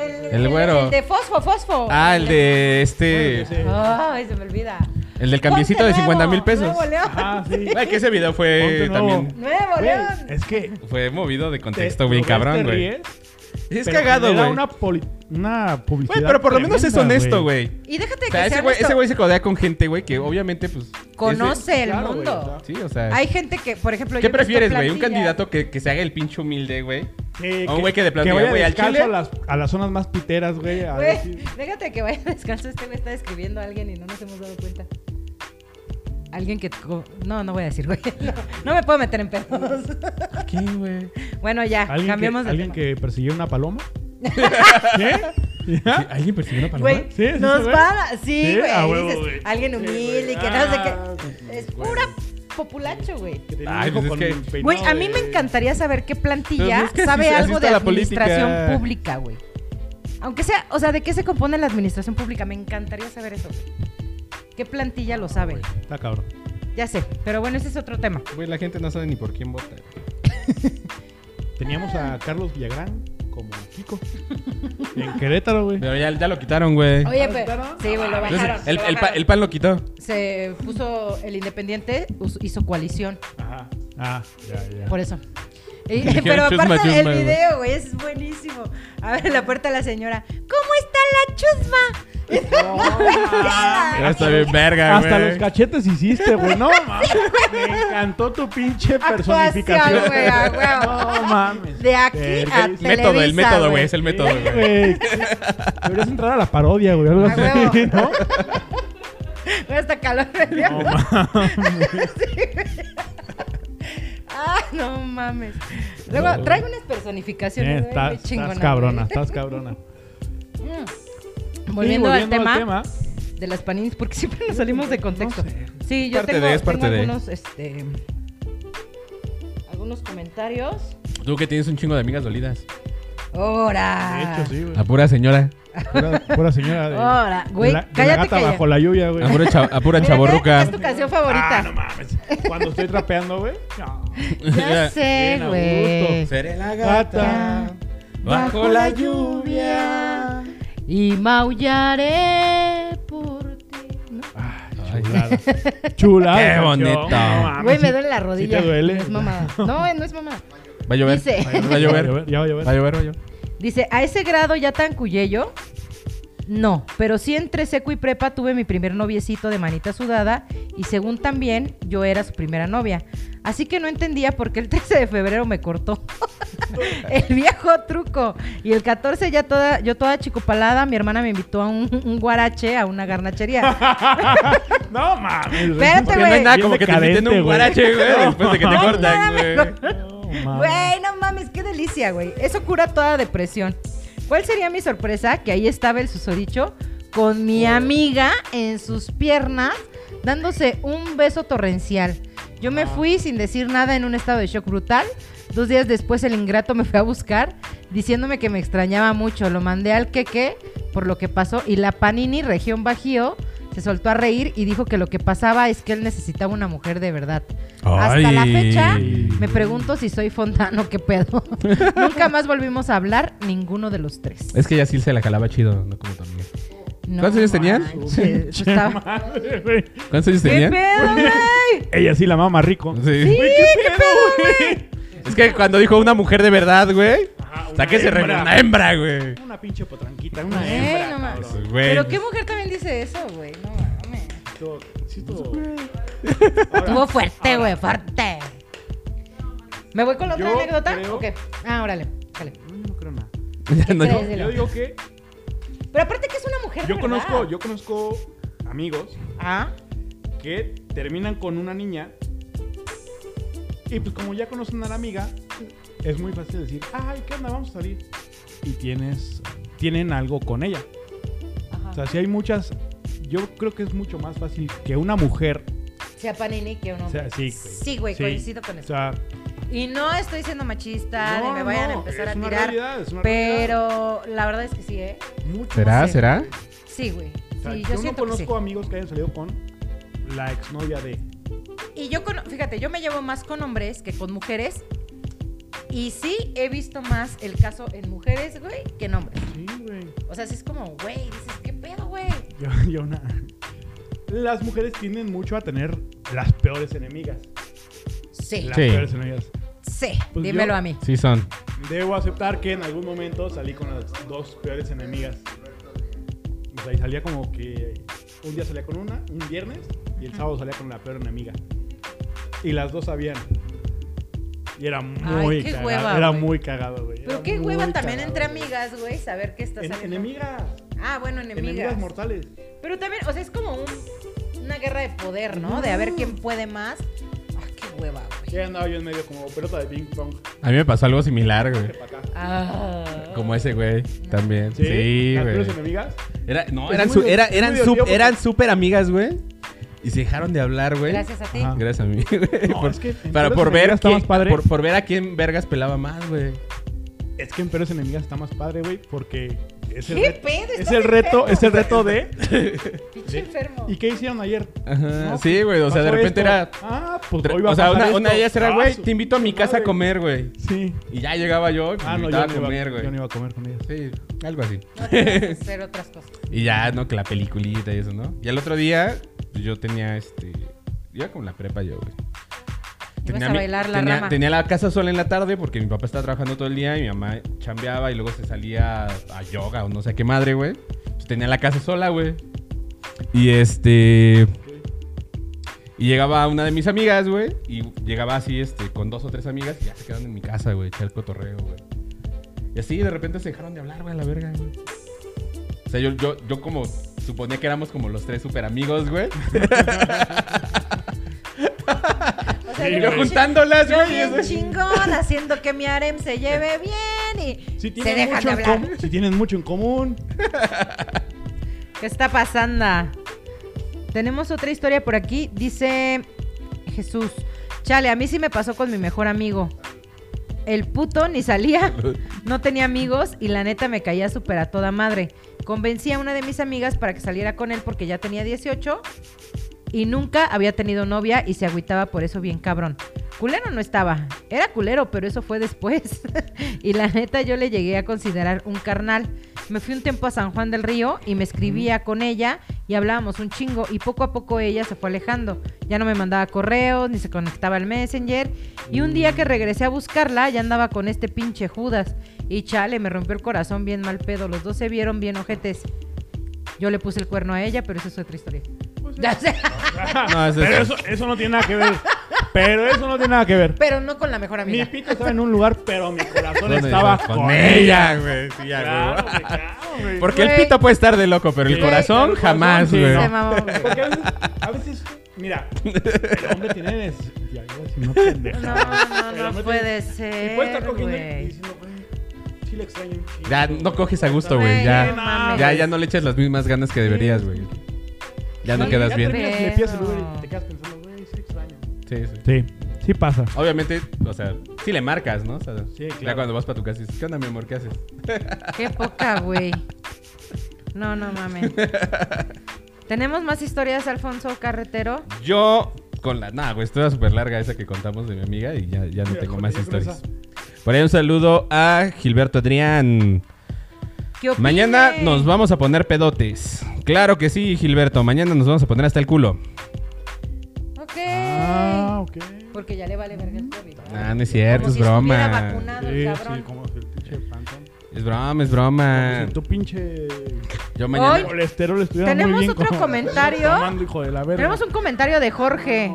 Speaker 1: El,
Speaker 3: El güero.
Speaker 1: El de Fosfo, Fosfo.
Speaker 3: Ah, el de este
Speaker 2: Bueno, ese-
Speaker 1: Ay, se me olvida.
Speaker 3: el del cambiecito de
Speaker 1: Ponte
Speaker 3: 50 mil
Speaker 1: nuevo,
Speaker 3: pesos.
Speaker 1: Nuevo León.
Speaker 2: Ah, sí.
Speaker 3: Ay, que ese video
Speaker 2: Ponte
Speaker 3: fue
Speaker 2: nuevo.
Speaker 3: también
Speaker 1: Nuevo
Speaker 2: Güey,
Speaker 1: León.
Speaker 2: es que.
Speaker 3: fue movido de
Speaker 2: te-
Speaker 3: contexto
Speaker 2: lo
Speaker 3: bien
Speaker 2: ves, te
Speaker 3: cabrón, güey.
Speaker 2: ríes,
Speaker 3: Es
Speaker 2: pero
Speaker 3: cagado,
Speaker 2: genera
Speaker 3: güey.
Speaker 2: Una, poli- una publicidad.
Speaker 3: Güey, pero por lo menos es
Speaker 2: tremenda,
Speaker 3: honesto, güey.
Speaker 1: Y déjate
Speaker 3: O sea,
Speaker 1: que
Speaker 3: ese
Speaker 1: sea
Speaker 3: güey, ese
Speaker 1: honesto,
Speaker 3: güey se codea con gente, güey, que obviamente, pues. es de-
Speaker 1: conoce el
Speaker 2: Claro, güey,
Speaker 1: mundo.
Speaker 2: o sea,
Speaker 3: Sí, o sea.
Speaker 1: Hay gente que, por ejemplo, yo
Speaker 3: ¿Qué
Speaker 1: he visto
Speaker 3: prefieres, güey? ¿Un
Speaker 1: plantillas-
Speaker 3: candidato que, que se haga el pinche humilde, güey?
Speaker 2: Sí,
Speaker 3: A un güey que de plano diga,
Speaker 2: vaya
Speaker 3: güey, al
Speaker 2: descalzo
Speaker 3: chile-
Speaker 2: A las, a las zonas más piteras, güey. a
Speaker 1: Güey,
Speaker 2: decir-
Speaker 1: déjate que vaya descalzo. Este güey está describiendo a alguien y no nos hemos dado cuenta. Alguien que... co- No, no voy a decir, güey. No, no me puedo meter en pedos.
Speaker 3: ¿Qué, güey?
Speaker 1: Bueno, ya,
Speaker 2: ¿Alguien,
Speaker 1: cambiemos
Speaker 2: que,
Speaker 1: de
Speaker 2: ¿alguien
Speaker 1: tema.
Speaker 2: que persiguió una paloma? ¿Qué? ¿Ya?
Speaker 3: ¿Alguien persiguió una paloma?
Speaker 1: Güey,
Speaker 2: Sí, sí,
Speaker 1: nos
Speaker 2: güey.
Speaker 1: va... Sí,
Speaker 2: Sí,
Speaker 1: güey.
Speaker 2: a huevo,
Speaker 1: dices,
Speaker 2: güey.
Speaker 1: Alguien humilde y que
Speaker 2: Ah,
Speaker 1: no sé qué. Es
Speaker 2: güey.
Speaker 1: pura populacho, güey.
Speaker 2: Que tenía
Speaker 3: Ay,
Speaker 2: un hijo
Speaker 3: pues
Speaker 2: con
Speaker 3: es que-
Speaker 2: un peinado
Speaker 1: Güey, a mí
Speaker 2: de-
Speaker 1: me encantaría saber qué plantilla
Speaker 3: Pero es que así-
Speaker 1: sabe
Speaker 3: así
Speaker 1: algo
Speaker 3: está
Speaker 1: de
Speaker 3: la
Speaker 1: administración
Speaker 3: política.
Speaker 1: pública, güey. Aunque sea, o sea, ¿de qué se compone la administración pública? Me encantaría saber eso. güey. ¿Qué plantilla lo sabe?
Speaker 2: Está cabrón.
Speaker 1: Ya sé, pero bueno, ese es otro tema.
Speaker 3: Güey, la gente no sabe ni por quién vota.
Speaker 2: Teníamos a Carlos Villagrán como Kiko. en Querétaro, güey.
Speaker 3: Pero ya, ya lo quitaron, güey.
Speaker 1: Oye,
Speaker 2: ¿Ah,
Speaker 1: pero...
Speaker 2: quitaron?
Speaker 1: Sí, güey, lo
Speaker 3: Entonces,
Speaker 1: bajaron.
Speaker 3: el,
Speaker 1: lo
Speaker 3: el pa-
Speaker 1: bajaron.
Speaker 3: el pan lo quitó.
Speaker 1: Se puso el Independiente, us- hizo coalición,
Speaker 2: Ajá. Ah, ya, ya.
Speaker 1: por eso. Y-
Speaker 3: Dijeron,
Speaker 1: pero
Speaker 3: "Chusma,
Speaker 1: aparte el
Speaker 3: chusma", güey.
Speaker 1: video, güey, es buenísimo. A ver, la puerta de la señora. ¿Cómo está la chusma? Ah,
Speaker 3: Ya está bien verga, güey.
Speaker 2: Hasta los cachetes hiciste, güey. No mames. Me encantó tu pinche
Speaker 1: Actuación,
Speaker 2: personificación.
Speaker 1: güey, a huevo.
Speaker 2: No mames.
Speaker 1: De aquí a
Speaker 2: Verga.
Speaker 3: Método, el
Speaker 1: Televisa,
Speaker 3: método, güey.
Speaker 1: güey.
Speaker 3: Es el método,
Speaker 2: Sí,
Speaker 3: güey.
Speaker 2: güey. Deberías entrar a la parodia, güey. Algo
Speaker 1: A
Speaker 2: así,
Speaker 1: huevo.
Speaker 2: ¿no? Eh,
Speaker 1: Güey, hasta este calor me dio.
Speaker 2: No mames.
Speaker 1: Ah, no mames. Luego traigo unas personificaciones, güey,
Speaker 2: Eh, Está-
Speaker 1: muy chingonas,
Speaker 2: Estás
Speaker 1: güey.
Speaker 2: cabrona, estás cabrona.
Speaker 1: Mm. Volviendo,
Speaker 2: Y
Speaker 1: al tema, de las paninis, porque siempre nos salimos de contexto.
Speaker 2: No sé.
Speaker 1: Sí, yo
Speaker 3: Parte
Speaker 1: tengo,
Speaker 3: de, es parte
Speaker 1: tengo
Speaker 3: de.
Speaker 1: algunos, este, algunos comentarios.
Speaker 3: Tú que tienes un chingo de amigas dolidas.
Speaker 2: De
Speaker 1: ¡Hora!
Speaker 2: hecho, sí, güey.
Speaker 3: A pura señora.
Speaker 2: Pura, pura señora de,
Speaker 1: Ahora, Oh, güey,
Speaker 2: de la, de la
Speaker 1: cállate
Speaker 2: gata
Speaker 1: que ya-
Speaker 2: bajo la lluvia, güey.
Speaker 3: A pura, cha- a pura
Speaker 1: Mira,
Speaker 3: chavorruca.
Speaker 1: Es tu canción favorita.
Speaker 2: Ah, no mames. Cuando estoy trapeando, güey. No.
Speaker 1: ya sé,
Speaker 2: Bien a
Speaker 1: güey.
Speaker 2: gusto.
Speaker 3: Seré la
Speaker 2: Gata.
Speaker 3: bajo la lluvia.
Speaker 1: y maullaré por ti. ¿no?
Speaker 3: Ay.
Speaker 2: Chulada. Chulada.
Speaker 3: Qué
Speaker 2: canción.
Speaker 3: bonito.
Speaker 2: No mames.
Speaker 1: Güey, me duele la rodilla.
Speaker 2: te duele?
Speaker 1: No es mamada. No, no es mamada.
Speaker 3: Va a llover.
Speaker 1: Dice-
Speaker 3: Va a llover.
Speaker 2: Ya va a llover.
Speaker 3: Va a llover, va a llover.
Speaker 1: Dice, ¿a ese grado ya tan cuyello? No, pero sí entre seco y prepa tuve mi primer noviecito de manita sudada y según también yo era su primera novia. Así que no entendía por qué el 13 de febrero me cortó. el viejo truco. Y el 14 ya toda, yo toda chicopalada, mi hermana me invitó a un, un guarache, a una garnachería.
Speaker 2: No mames. güey.
Speaker 1: Espérate,
Speaker 3: Porque no hay
Speaker 1: güey.
Speaker 3: nada
Speaker 2: Bien
Speaker 3: como que te
Speaker 2: decadente,
Speaker 3: inviten a un
Speaker 2: güey.
Speaker 3: guarache, güey, después de que te cortan, güey.
Speaker 2: No mames.
Speaker 1: Güey, no mames, qué delicia, güey. Eso cura toda depresión. ¿Cuál sería mi sorpresa? Que ahí estaba el susodicho con mi amiga en sus piernas dándose un beso torrencial. Yo me fui sin decir nada en un estado de shock brutal. Dos días después el ingrato me fue a buscar diciéndome que me extrañaba mucho. Lo mandé al queque por lo que pasó y la panini región bajío se soltó a reír y dijo que lo que pasaba es que él necesitaba una mujer de verdad. Hasta la fecha
Speaker 5: Ay.
Speaker 1: me pregunto si soy fontano, qué pedo. Nunca más volvimos a hablar ninguno de los tres.
Speaker 3: Es que ya sí se la calaba chido, no como también.
Speaker 1: No
Speaker 3: ¿Cuántos años tenían?
Speaker 1: manches, eso estaba-
Speaker 2: Madre, güey.
Speaker 3: ¿Cuántos años
Speaker 1: ¿Qué
Speaker 3: tenían?
Speaker 1: pedo, güey?
Speaker 2: Ella sí la mama rico.
Speaker 3: Sí.
Speaker 2: Güey, ¿qué, pedo, güey?
Speaker 3: Es que cuando dijo una mujer de verdad, güey.
Speaker 2: Ajá,
Speaker 3: Hasta que se
Speaker 2: hembra.
Speaker 3: reveló una hembra, güey. Pues,
Speaker 2: Una pinche potranquita, una
Speaker 1: Güey,
Speaker 2: hembra,
Speaker 1: no mames.
Speaker 2: cabrón.
Speaker 3: Güey.
Speaker 1: Pero qué mujer también dice eso, güey. No mames.
Speaker 2: Estuvo- sí estuvo-
Speaker 1: Estuvo fuerte, güey, fuerte. ¿Me voy con la otra
Speaker 2: Yo
Speaker 1: anécdota?
Speaker 2: creo-
Speaker 1: Ok. Ah, órale. dale.
Speaker 2: No, yo no creo nada.
Speaker 3: Ya no-
Speaker 1: crees?
Speaker 2: Yo digo que
Speaker 1: Pero aparte que es una mujer. de
Speaker 2: yo
Speaker 1: verdad.
Speaker 2: conozco, yo conozco amigos
Speaker 1: Ah,
Speaker 2: que terminan con una niña y pues como ya conocen a la amiga, es muy fácil decir, ay, ¿qué onda? Vamos a salir. Y tienes, tienen algo con ella.
Speaker 1: ajá.
Speaker 2: O sea, si hay muchas, yo creo que es mucho más fácil que una mujer.
Speaker 1: sea Panini que un
Speaker 2: O
Speaker 1: hombre.
Speaker 2: sea, sí,
Speaker 1: Sí, güey, coincido con
Speaker 2: O
Speaker 1: eso.
Speaker 2: sea,
Speaker 1: Y no estoy siendo machista, ni
Speaker 2: no,
Speaker 1: me vayan
Speaker 2: no,
Speaker 1: a empezar
Speaker 2: es
Speaker 1: a
Speaker 2: una
Speaker 1: tirar.
Speaker 2: realidad, es una realidad.
Speaker 1: Pero la verdad es que sí, ¿eh?
Speaker 2: Mucho
Speaker 3: ¿Será?
Speaker 1: No sé.
Speaker 3: ¿Será?
Speaker 1: Sí, güey.
Speaker 2: O sea,
Speaker 1: Sí, yo,
Speaker 2: yo, no
Speaker 1: siento que
Speaker 2: conozco
Speaker 1: sí.
Speaker 2: amigos que hayan salido con la exnovia de.
Speaker 1: Y yo, con, fíjate, yo me llevo más con hombres que con mujeres. Y sí he visto más el caso en mujeres, güey, que en hombres.
Speaker 2: Sí, güey.
Speaker 1: O sea, sí es como, güey, dices, ¿qué pedo, güey?
Speaker 2: Yo, yo una. Las mujeres tienden mucho a tener las peores enemigas.
Speaker 1: Sí,
Speaker 2: Las
Speaker 3: Sí.
Speaker 2: peores enemigas.
Speaker 1: sí,
Speaker 2: Pues
Speaker 1: dímelo
Speaker 2: yo-
Speaker 1: a mí.
Speaker 3: Sí son.
Speaker 2: Debo aceptar que en algún momento salí con las dos peores enemigas. O sea, y salía como que un día salía con una, un viernes, y el sábado salía con la peor enemiga. Y las dos sabían. Y era muy
Speaker 1: qué
Speaker 2: cagado.
Speaker 1: hueva,
Speaker 2: era
Speaker 1: güey.
Speaker 2: muy cagado, güey.
Speaker 1: Pero
Speaker 2: Era
Speaker 1: qué
Speaker 2: muy
Speaker 1: hueva también
Speaker 2: cagado,
Speaker 1: entre
Speaker 2: güey.
Speaker 1: amigas, güey, saber que estás
Speaker 2: En-
Speaker 1: saliendo.
Speaker 2: enemigas.
Speaker 1: Ah, bueno,
Speaker 2: enemigas.
Speaker 1: enemigas.
Speaker 2: mortales.
Speaker 1: Pero también, o sea, es como un- una guerra de poder, ¿no? De a ver quién puede más. Ah, qué hueva, güey.
Speaker 2: Ya andaba yo en medio como pelota de ping pong.
Speaker 3: A mí me pasó algo similar, güey.
Speaker 2: para acá.
Speaker 1: Ah.
Speaker 3: Como ese güey también.
Speaker 2: ¿Sí?
Speaker 3: Sí,
Speaker 2: ¿Las
Speaker 3: güey.
Speaker 2: peores enemigas?
Speaker 3: Era, no,
Speaker 2: Es
Speaker 3: eran,
Speaker 2: muy
Speaker 3: su-
Speaker 2: divertido,
Speaker 3: era-
Speaker 2: es muy
Speaker 3: eran, sup-
Speaker 2: divertido porque-
Speaker 3: eran súper amigas, güey. Y se dejaron de hablar, güey.
Speaker 1: Gracias a ti.
Speaker 2: Ajá.
Speaker 3: Gracias a mí, güey.
Speaker 2: No,
Speaker 3: por,
Speaker 2: es que en
Speaker 3: para
Speaker 2: peores
Speaker 3: por
Speaker 2: enemigas
Speaker 3: ver,
Speaker 2: está
Speaker 3: quién-
Speaker 2: más padre.
Speaker 3: por, por ver a quién vergas pelaba más, güey.
Speaker 2: Es que en peores enemigas está más padre, güey, porque es el,
Speaker 1: ¿Qué
Speaker 2: reto-
Speaker 1: pedo?
Speaker 2: es
Speaker 1: Estás
Speaker 2: el reto,
Speaker 1: enfermo.
Speaker 2: es el reto de
Speaker 1: Pinche enfermo.
Speaker 2: ¿Y qué hicieron ayer?
Speaker 3: Ajá.
Speaker 2: No,
Speaker 3: sí, güey. O sea, de
Speaker 2: pasó
Speaker 3: repente
Speaker 2: esto.
Speaker 3: era.
Speaker 2: Ah, pues
Speaker 3: tra-
Speaker 2: hoy va
Speaker 3: o
Speaker 2: a
Speaker 3: sea,
Speaker 2: pasar
Speaker 3: una,
Speaker 2: esto.
Speaker 3: una de ellas era,
Speaker 2: Ah,
Speaker 3: güey,
Speaker 2: su
Speaker 3: te invito a mi
Speaker 2: madre.
Speaker 3: casa a comer, güey.
Speaker 2: Sí.
Speaker 3: Y ya llegaba yo, y me
Speaker 2: Ah, no, yo
Speaker 3: invitaba
Speaker 2: no,
Speaker 3: a
Speaker 2: iba,
Speaker 3: comer,
Speaker 2: yo no
Speaker 3: güey.
Speaker 2: iba a comer con ellas.
Speaker 3: Sí, algo así.
Speaker 1: No tienes que hacer otras cosas.
Speaker 3: Y ya, no, que la peliculita y eso, ¿no? Y al otro día, pues, yo tenía este. Iba con la prepa yo, güey.
Speaker 1: Ibas a
Speaker 3: mi-
Speaker 1: bailar la
Speaker 3: tenía-
Speaker 1: rama.
Speaker 3: tenía la casa sola en la tarde porque mi papá estaba trabajando todo el día y mi mamá chambeaba y luego se salía a yoga o no sé qué madre, güey. Pues tenía la casa sola, güey. Y este. Y llegaba una de mis amigas, güey. Y llegaba así, este, con dos o tres amigas y ya se quedaron en mi casa, güey, echar el cotorreo, güey. Y así de repente se dejaron de hablar, güey, a la verga, güey. O sea, yo, yo, yo como suponía que éramos como los tres super amigos, güey.
Speaker 1: O sea,
Speaker 2: Sí,
Speaker 1: yo
Speaker 3: yo
Speaker 1: bien
Speaker 3: juntándolas,
Speaker 1: chi- yo
Speaker 3: güey. y
Speaker 1: bien
Speaker 3: eso-
Speaker 1: chingón, haciendo que mi harem se lleve bien y
Speaker 2: Si
Speaker 1: se
Speaker 2: tienen,
Speaker 1: dejan
Speaker 2: mucho
Speaker 1: de
Speaker 2: en
Speaker 1: hablar.
Speaker 2: com- si tienen mucho en común.
Speaker 1: ¿Qué está pasando? Tenemos otra historia por aquí. Dice Jesús. Chale, a mí sí me pasó con mi mejor amigo. El puto ni salía, no tenía amigos y la neta me caía súper a toda madre. Convencí a una de mis amigas para que saliera con él porque ya tenía 18 y nunca había tenido novia y se agüitaba por eso bien cabrón. Culero no estaba, era culero, pero eso fue después. y la neta yo le llegué a considerar un carnal. Me fui un tiempo a San Juan del Río y me escribía con ella y hablábamos un chingo y poco a poco ella se fue alejando. Ya no me mandaba correos ni se conectaba al Messenger y un día que regresé a buscarla ya andaba con este pinche Judas y chale, me rompió el corazón bien mal pedo. Los dos se vieron bien ojetes. Yo le puse el cuerno a ella, pero eso es otra historia.
Speaker 2: Pues
Speaker 1: Ya sé,
Speaker 3: No, eso es-
Speaker 2: Pero eso, eso no tiene nada que ver. Pero eso no tiene nada que ver.
Speaker 1: pero no con la mejor
Speaker 2: Mi
Speaker 1: amiga.
Speaker 2: pito estaba en un lugar, pero mi corazón
Speaker 3: ¿Dónde
Speaker 2: estaba
Speaker 3: estás?
Speaker 2: con,
Speaker 3: con
Speaker 2: él.
Speaker 3: ella, güey. Sí, ya,
Speaker 2: Claro,
Speaker 3: güey.
Speaker 2: güey, claro, güey.
Speaker 3: Porque el
Speaker 1: Güey.
Speaker 3: pito puede estar de loco, pero el
Speaker 2: Sí,
Speaker 3: corazón
Speaker 2: el corazón,
Speaker 3: jamás,
Speaker 2: sí,
Speaker 3: güey.
Speaker 1: Se mamó, güey.
Speaker 2: Porque a veces, a veces, mira, el hombre tiene neces- Ya, yo voy a decir una pendeja.
Speaker 1: No, no,
Speaker 2: El
Speaker 1: no,
Speaker 2: hombre
Speaker 1: puede
Speaker 2: tiene-
Speaker 1: ser.
Speaker 2: Y puede estar cogiendo y
Speaker 1: güey.
Speaker 2: diciendo, güey, sí le extraño un chingo.
Speaker 3: Ya no coges a gusto, güey.
Speaker 1: Güey,
Speaker 3: Ya,
Speaker 1: no mames.
Speaker 3: ya, ya no le echas las mismas ganas que deberías, güey. Ya no
Speaker 2: Sí,
Speaker 3: quedas
Speaker 2: ya
Speaker 3: bien.
Speaker 2: terminas y le pides el
Speaker 1: Pero-
Speaker 2: Uber y te quedas pensando, güey, sí le extraño.
Speaker 3: Sí, sí.
Speaker 5: Sí, sí pasa.
Speaker 3: Obviamente, o sea, sí le marcas, ¿no? O sea,
Speaker 2: Sí,
Speaker 3: Ya
Speaker 2: claro.
Speaker 3: cuando vas para tu casa dices, ¿qué onda, mi amor? ¿Qué haces?
Speaker 1: Qué poca, güey. No, no mames. ¿Tenemos más historias, Alfonso Carretero?
Speaker 3: Yo Con la. Nah, güey, estuvo súper larga esa que contamos de mi amiga y ya, ya no
Speaker 2: Mira,
Speaker 3: tengo
Speaker 2: joder,
Speaker 3: más
Speaker 2: yo con
Speaker 3: historias. Por ahí un saludo a Gilberto Adrián.
Speaker 1: ¿Qué opine?
Speaker 3: Mañana nos vamos a poner pedotes. Claro que sí, Gilberto. Mañana nos vamos a poner hasta el culo.
Speaker 1: Ok.
Speaker 2: Ah, ok.
Speaker 1: Porque ya le vale verga el COVID.
Speaker 3: Ah, no es cierto,
Speaker 1: Como
Speaker 3: es
Speaker 1: si estuviera
Speaker 3: broma.
Speaker 1: vacunado el
Speaker 2: Sí,
Speaker 1: cabrón.
Speaker 2: sí, como el pinche Phantom.
Speaker 3: Es broma, es broma.
Speaker 2: Como si tu pinche
Speaker 3: Yo mañana.
Speaker 1: Hoy-
Speaker 2: colesterol estuviera muy
Speaker 1: Tenemos
Speaker 2: bien
Speaker 1: otro
Speaker 2: con-
Speaker 1: comentario.
Speaker 2: tomando, hijo de la verga.
Speaker 1: Tenemos un comentario de Jorge.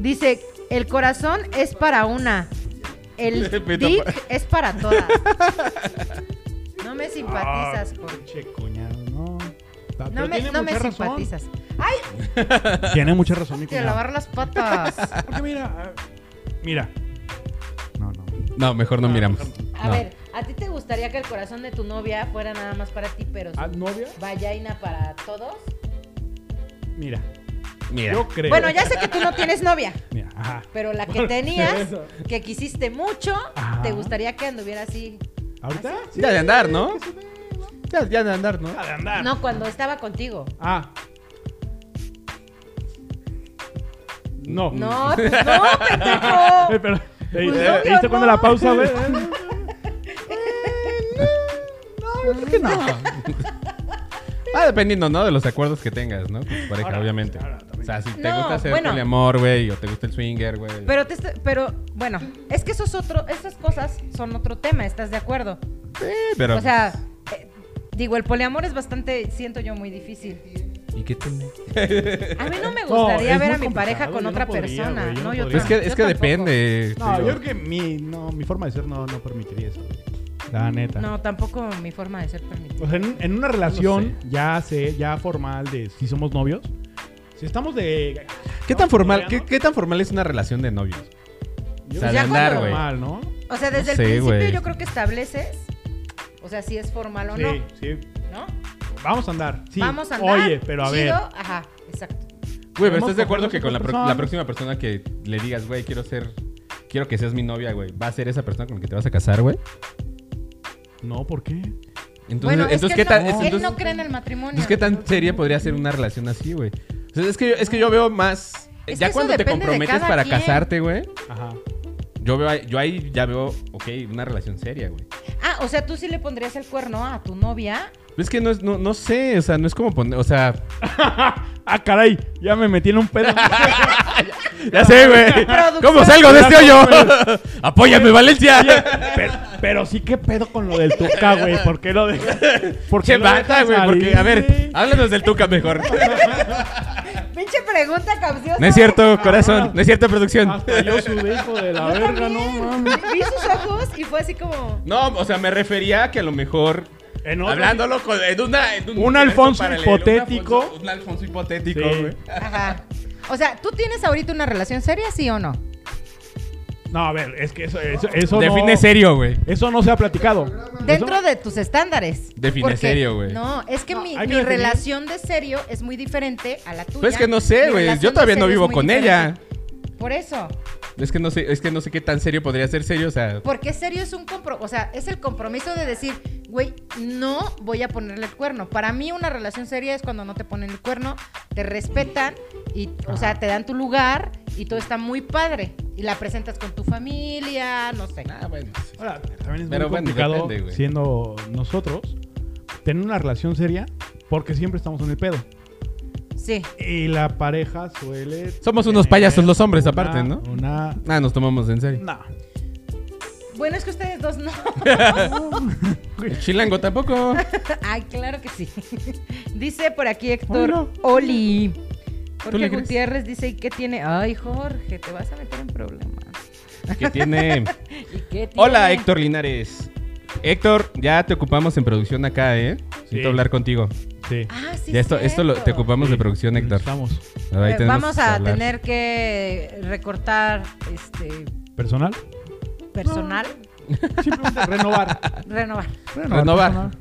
Speaker 1: Dice, el corazón es para una, el
Speaker 3: Pito
Speaker 1: dick
Speaker 3: pa-
Speaker 1: es para todas. No me simpatizas, Jorge.
Speaker 2: Ah, Pinche cuñado, no. Ta-
Speaker 1: No
Speaker 2: pero
Speaker 1: me,
Speaker 2: tiene
Speaker 1: no me
Speaker 2: mucha razón.
Speaker 1: simpatizas.
Speaker 2: Tiene mucha razón mi
Speaker 1: Hay que
Speaker 2: cuñado.
Speaker 1: lavar las patas.
Speaker 2: Porque mira, ah, mira. No, no.
Speaker 3: No, mejor
Speaker 2: Ah,
Speaker 3: no miramos.
Speaker 1: A
Speaker 3: No.
Speaker 1: ver, ¿a ti te gustaría que el corazón de tu novia fuera nada más para ti, pero
Speaker 2: ¿Ah,
Speaker 1: su
Speaker 2: novia?
Speaker 1: vallaina para todos?
Speaker 2: Mira,
Speaker 3: Mira.
Speaker 2: yo creo.
Speaker 1: Bueno, ya sé que tú no tienes novia,
Speaker 2: Mira, ajá.
Speaker 1: pero la que
Speaker 2: Por
Speaker 1: tenías,
Speaker 2: eso.
Speaker 1: que quisiste mucho,
Speaker 2: Ajá.
Speaker 1: te gustaría que anduviera así.
Speaker 2: ¿Ahorita?
Speaker 1: Ah,
Speaker 3: Ya de andar, ¿no? Ya, ya de andar, ¿no?
Speaker 2: Ya de andar.
Speaker 1: No, cuando estaba contigo.
Speaker 2: Ah. No.
Speaker 1: No, pues no, pendejo.
Speaker 2: Eh, pero, ¿Te,
Speaker 1: Pues
Speaker 2: te-
Speaker 1: no,
Speaker 2: te diste
Speaker 1: no.
Speaker 2: cuenta la pausa, güey?
Speaker 3: Ah, dependiendo, ¿no? De los acuerdos que tengas, ¿no? Con tu pareja,
Speaker 2: Ahora,
Speaker 3: obviamente.
Speaker 2: ahora también.
Speaker 3: o sea, si te
Speaker 1: No,
Speaker 3: gusta hacer
Speaker 1: bueno.
Speaker 3: poliamor, güey, o te gusta el swinger, güey.
Speaker 1: Pero, te estoy- pero bueno, es que esos otro, esas cosas son otro tema, ¿estás de acuerdo?
Speaker 3: Sí, pero.
Speaker 1: O sea, eh, digo, el poliamor es bastante, siento yo, muy difícil.
Speaker 3: ¿Y qué tiene?
Speaker 1: A mí no me
Speaker 2: No,
Speaker 1: gustaría
Speaker 2: es
Speaker 1: ver
Speaker 2: muy
Speaker 1: a mi pareja
Speaker 2: complicado,
Speaker 1: con
Speaker 2: yo no
Speaker 1: otra
Speaker 2: podría,
Speaker 1: persona.
Speaker 2: güey, yo
Speaker 1: no,
Speaker 2: no
Speaker 1: yo
Speaker 2: podría.
Speaker 3: Es que, es
Speaker 1: yo
Speaker 3: que
Speaker 1: tampoco.
Speaker 3: depende.
Speaker 2: No, yo
Speaker 3: digo.
Speaker 2: creo que mi, no, mi forma de ser no, no permitiría eso. güey. La neta.
Speaker 1: No, tampoco mi forma de ser permitida.
Speaker 2: O sea, en, en una relación ya sé, ya formal de si somos novios, si estamos de
Speaker 3: ¿Qué tan formal,
Speaker 2: ¿no?
Speaker 3: qué, qué tan formal es una relación de novios?
Speaker 2: yo creo
Speaker 3: sea,
Speaker 1: de
Speaker 2: que
Speaker 1: andar,
Speaker 2: es
Speaker 1: güey.
Speaker 2: formal, ¿no?
Speaker 1: O sea, desde
Speaker 3: sé,
Speaker 1: el principio
Speaker 3: güey.
Speaker 1: yo creo que estableces, o sea, si es formal o
Speaker 2: Sí,
Speaker 1: no,
Speaker 2: sí.
Speaker 1: ¿no?
Speaker 2: Vamos a andar. Sí.
Speaker 1: Vamos a andar.
Speaker 2: Oye, pero a
Speaker 1: chido,
Speaker 2: ver.
Speaker 1: Ajá, exacto.
Speaker 3: Güey, pero
Speaker 2: Hemos
Speaker 3: ¿estás de acuerdo
Speaker 2: cogido
Speaker 3: que con la,
Speaker 2: con
Speaker 3: pro-
Speaker 2: personas.
Speaker 3: la próxima persona que le digas, güey, quiero ser. Quiero que seas mi novia, güey. ¿Va a ser esa persona con la que te vas a casar, güey?
Speaker 2: No, ¿por qué?
Speaker 3: Entonces,
Speaker 1: bueno, es
Speaker 3: entonces,
Speaker 1: que
Speaker 3: ¿qué tan,
Speaker 1: él, no,
Speaker 3: es-
Speaker 1: él
Speaker 3: entonces-
Speaker 1: no cree en el matrimonio.
Speaker 3: entonces, ¿qué tan seria podría ser una relación así, güey? O sea, es que, yo, es que yo veo más.
Speaker 1: Es que
Speaker 3: ya
Speaker 1: eso
Speaker 3: cuando te
Speaker 1: depende de
Speaker 3: comprometes
Speaker 1: cada
Speaker 3: para
Speaker 1: quien.
Speaker 3: casarte, güey.
Speaker 2: Ajá.
Speaker 3: Yo, veo, ahí- yo ahí ya veo, ok, una relación seria, güey.
Speaker 1: Ah, o sea, tú sí le pondrías el cuerno a tu novia.
Speaker 3: Es que no, es, no, no sé, o sea, no es como poner, o sea...
Speaker 2: Ah, caray, ya me metí en un pedo.
Speaker 3: Ya sé, güey. ¿Cómo salgo de este hoyo? Apóyame,
Speaker 2: Oye,
Speaker 3: Valencia.
Speaker 2: pero, pero sí, ¿qué pedo con lo del Tuca, güey? ¿Por qué lo de ¿Por
Speaker 3: Che,
Speaker 2: qué lo
Speaker 3: bata,
Speaker 2: dejas
Speaker 3: güey, porque,
Speaker 2: salir,
Speaker 3: a ver, ah,
Speaker 2: güey?
Speaker 3: háblanos del Tuca mejor.
Speaker 1: Pinche pregunta capciosa.
Speaker 3: No es cierto, corazón, no es cierto, producción.
Speaker 2: Ah, Hasta yo sudé, hijo de la
Speaker 1: Yo
Speaker 2: verga, no
Speaker 1: también.
Speaker 2: mames.
Speaker 1: Vi sus ojos y fue así como.
Speaker 3: No, o sea, me refería a que a lo mejor...
Speaker 2: En otro-
Speaker 3: Hablándolo con, en una, en
Speaker 2: Un
Speaker 3: universo
Speaker 2: Alfonso
Speaker 3: paralelo, un
Speaker 2: hipotético.
Speaker 3: Alfonso- Un Alfonso hipotético,
Speaker 2: Sí.
Speaker 3: güey.
Speaker 1: Ajá. O sea, ¿tú tienes ahorita una relación seria, sí o no?
Speaker 2: No, a ver, es que eso, eso, eso
Speaker 3: Define
Speaker 2: no,
Speaker 3: serio, güey.
Speaker 2: Eso no se ha platicado.
Speaker 1: Dentro
Speaker 2: Eso-
Speaker 1: de tus estándares.
Speaker 3: Define
Speaker 1: Porque-
Speaker 3: serio, güey.
Speaker 1: No, es que
Speaker 2: No,
Speaker 1: mi,
Speaker 2: hay que
Speaker 1: mi
Speaker 2: definir.
Speaker 1: relación de serio es muy diferente a la tuya.
Speaker 3: Pues es que no
Speaker 1: Mi
Speaker 3: sé, güey.
Speaker 1: relación
Speaker 3: Yo
Speaker 1: de
Speaker 3: todavía no
Speaker 1: serio es
Speaker 3: vivo
Speaker 1: muy
Speaker 3: con ella.
Speaker 1: diferente. Por eso.
Speaker 3: Es que no sé, es que no sé qué tan serio podría ser serio, o sea...
Speaker 1: Porque serio es un compromiso, o sea, es el compromiso de decir, güey, no voy a ponerle el cuerno. Para mí una relación seria es cuando no te ponen el cuerno, te respetan y, o sea, te dan tu lugar y todo está muy padre. Y la presentas con tu familia, no sé.
Speaker 3: Ah, bueno. sí.
Speaker 2: Ahora, también es
Speaker 3: Pero
Speaker 2: muy
Speaker 3: bueno,
Speaker 2: complicado
Speaker 3: depende, güey.
Speaker 2: siendo nosotros tener una relación seria porque siempre estamos en el pedo.
Speaker 1: Sí.
Speaker 2: Y la pareja suele.
Speaker 3: Somos unos
Speaker 2: tener
Speaker 3: payasos los hombres,
Speaker 2: una-
Speaker 3: aparte, ¿no?
Speaker 2: Una.
Speaker 3: Ah, nos tomamos en serio.
Speaker 2: No.
Speaker 1: Bueno, es que ustedes dos no.
Speaker 3: El Chilango tampoco.
Speaker 1: Ay, claro que sí. dice por aquí Héctor Oli. Jorge
Speaker 3: le crees?
Speaker 1: Gutiérrez dice, ¿y qué tiene? Ay, Jorge, te vas a meter en problemas.
Speaker 3: Que tiene.
Speaker 1: ¿Y qué tiene?
Speaker 3: Hola, Héctor Linares. Héctor, ya te ocupamos en producción acá, ¿eh?
Speaker 2: Sí.
Speaker 3: Siento hablar contigo.
Speaker 2: Sí.
Speaker 1: Ah, sí.
Speaker 3: ya esto, esto lo- te
Speaker 1: cierto.
Speaker 3: ocupamos de
Speaker 2: Sí,
Speaker 3: producción, Héctor.
Speaker 2: Estamos.
Speaker 3: Ahí
Speaker 1: Eh,
Speaker 3: tenemos
Speaker 1: Vamos
Speaker 3: que
Speaker 1: a
Speaker 3: hablar.
Speaker 1: tener que recortar este
Speaker 2: ¿Personal?
Speaker 1: personal,
Speaker 2: Simplemente renovar.
Speaker 1: renovar.
Speaker 3: Renovar.
Speaker 2: personal.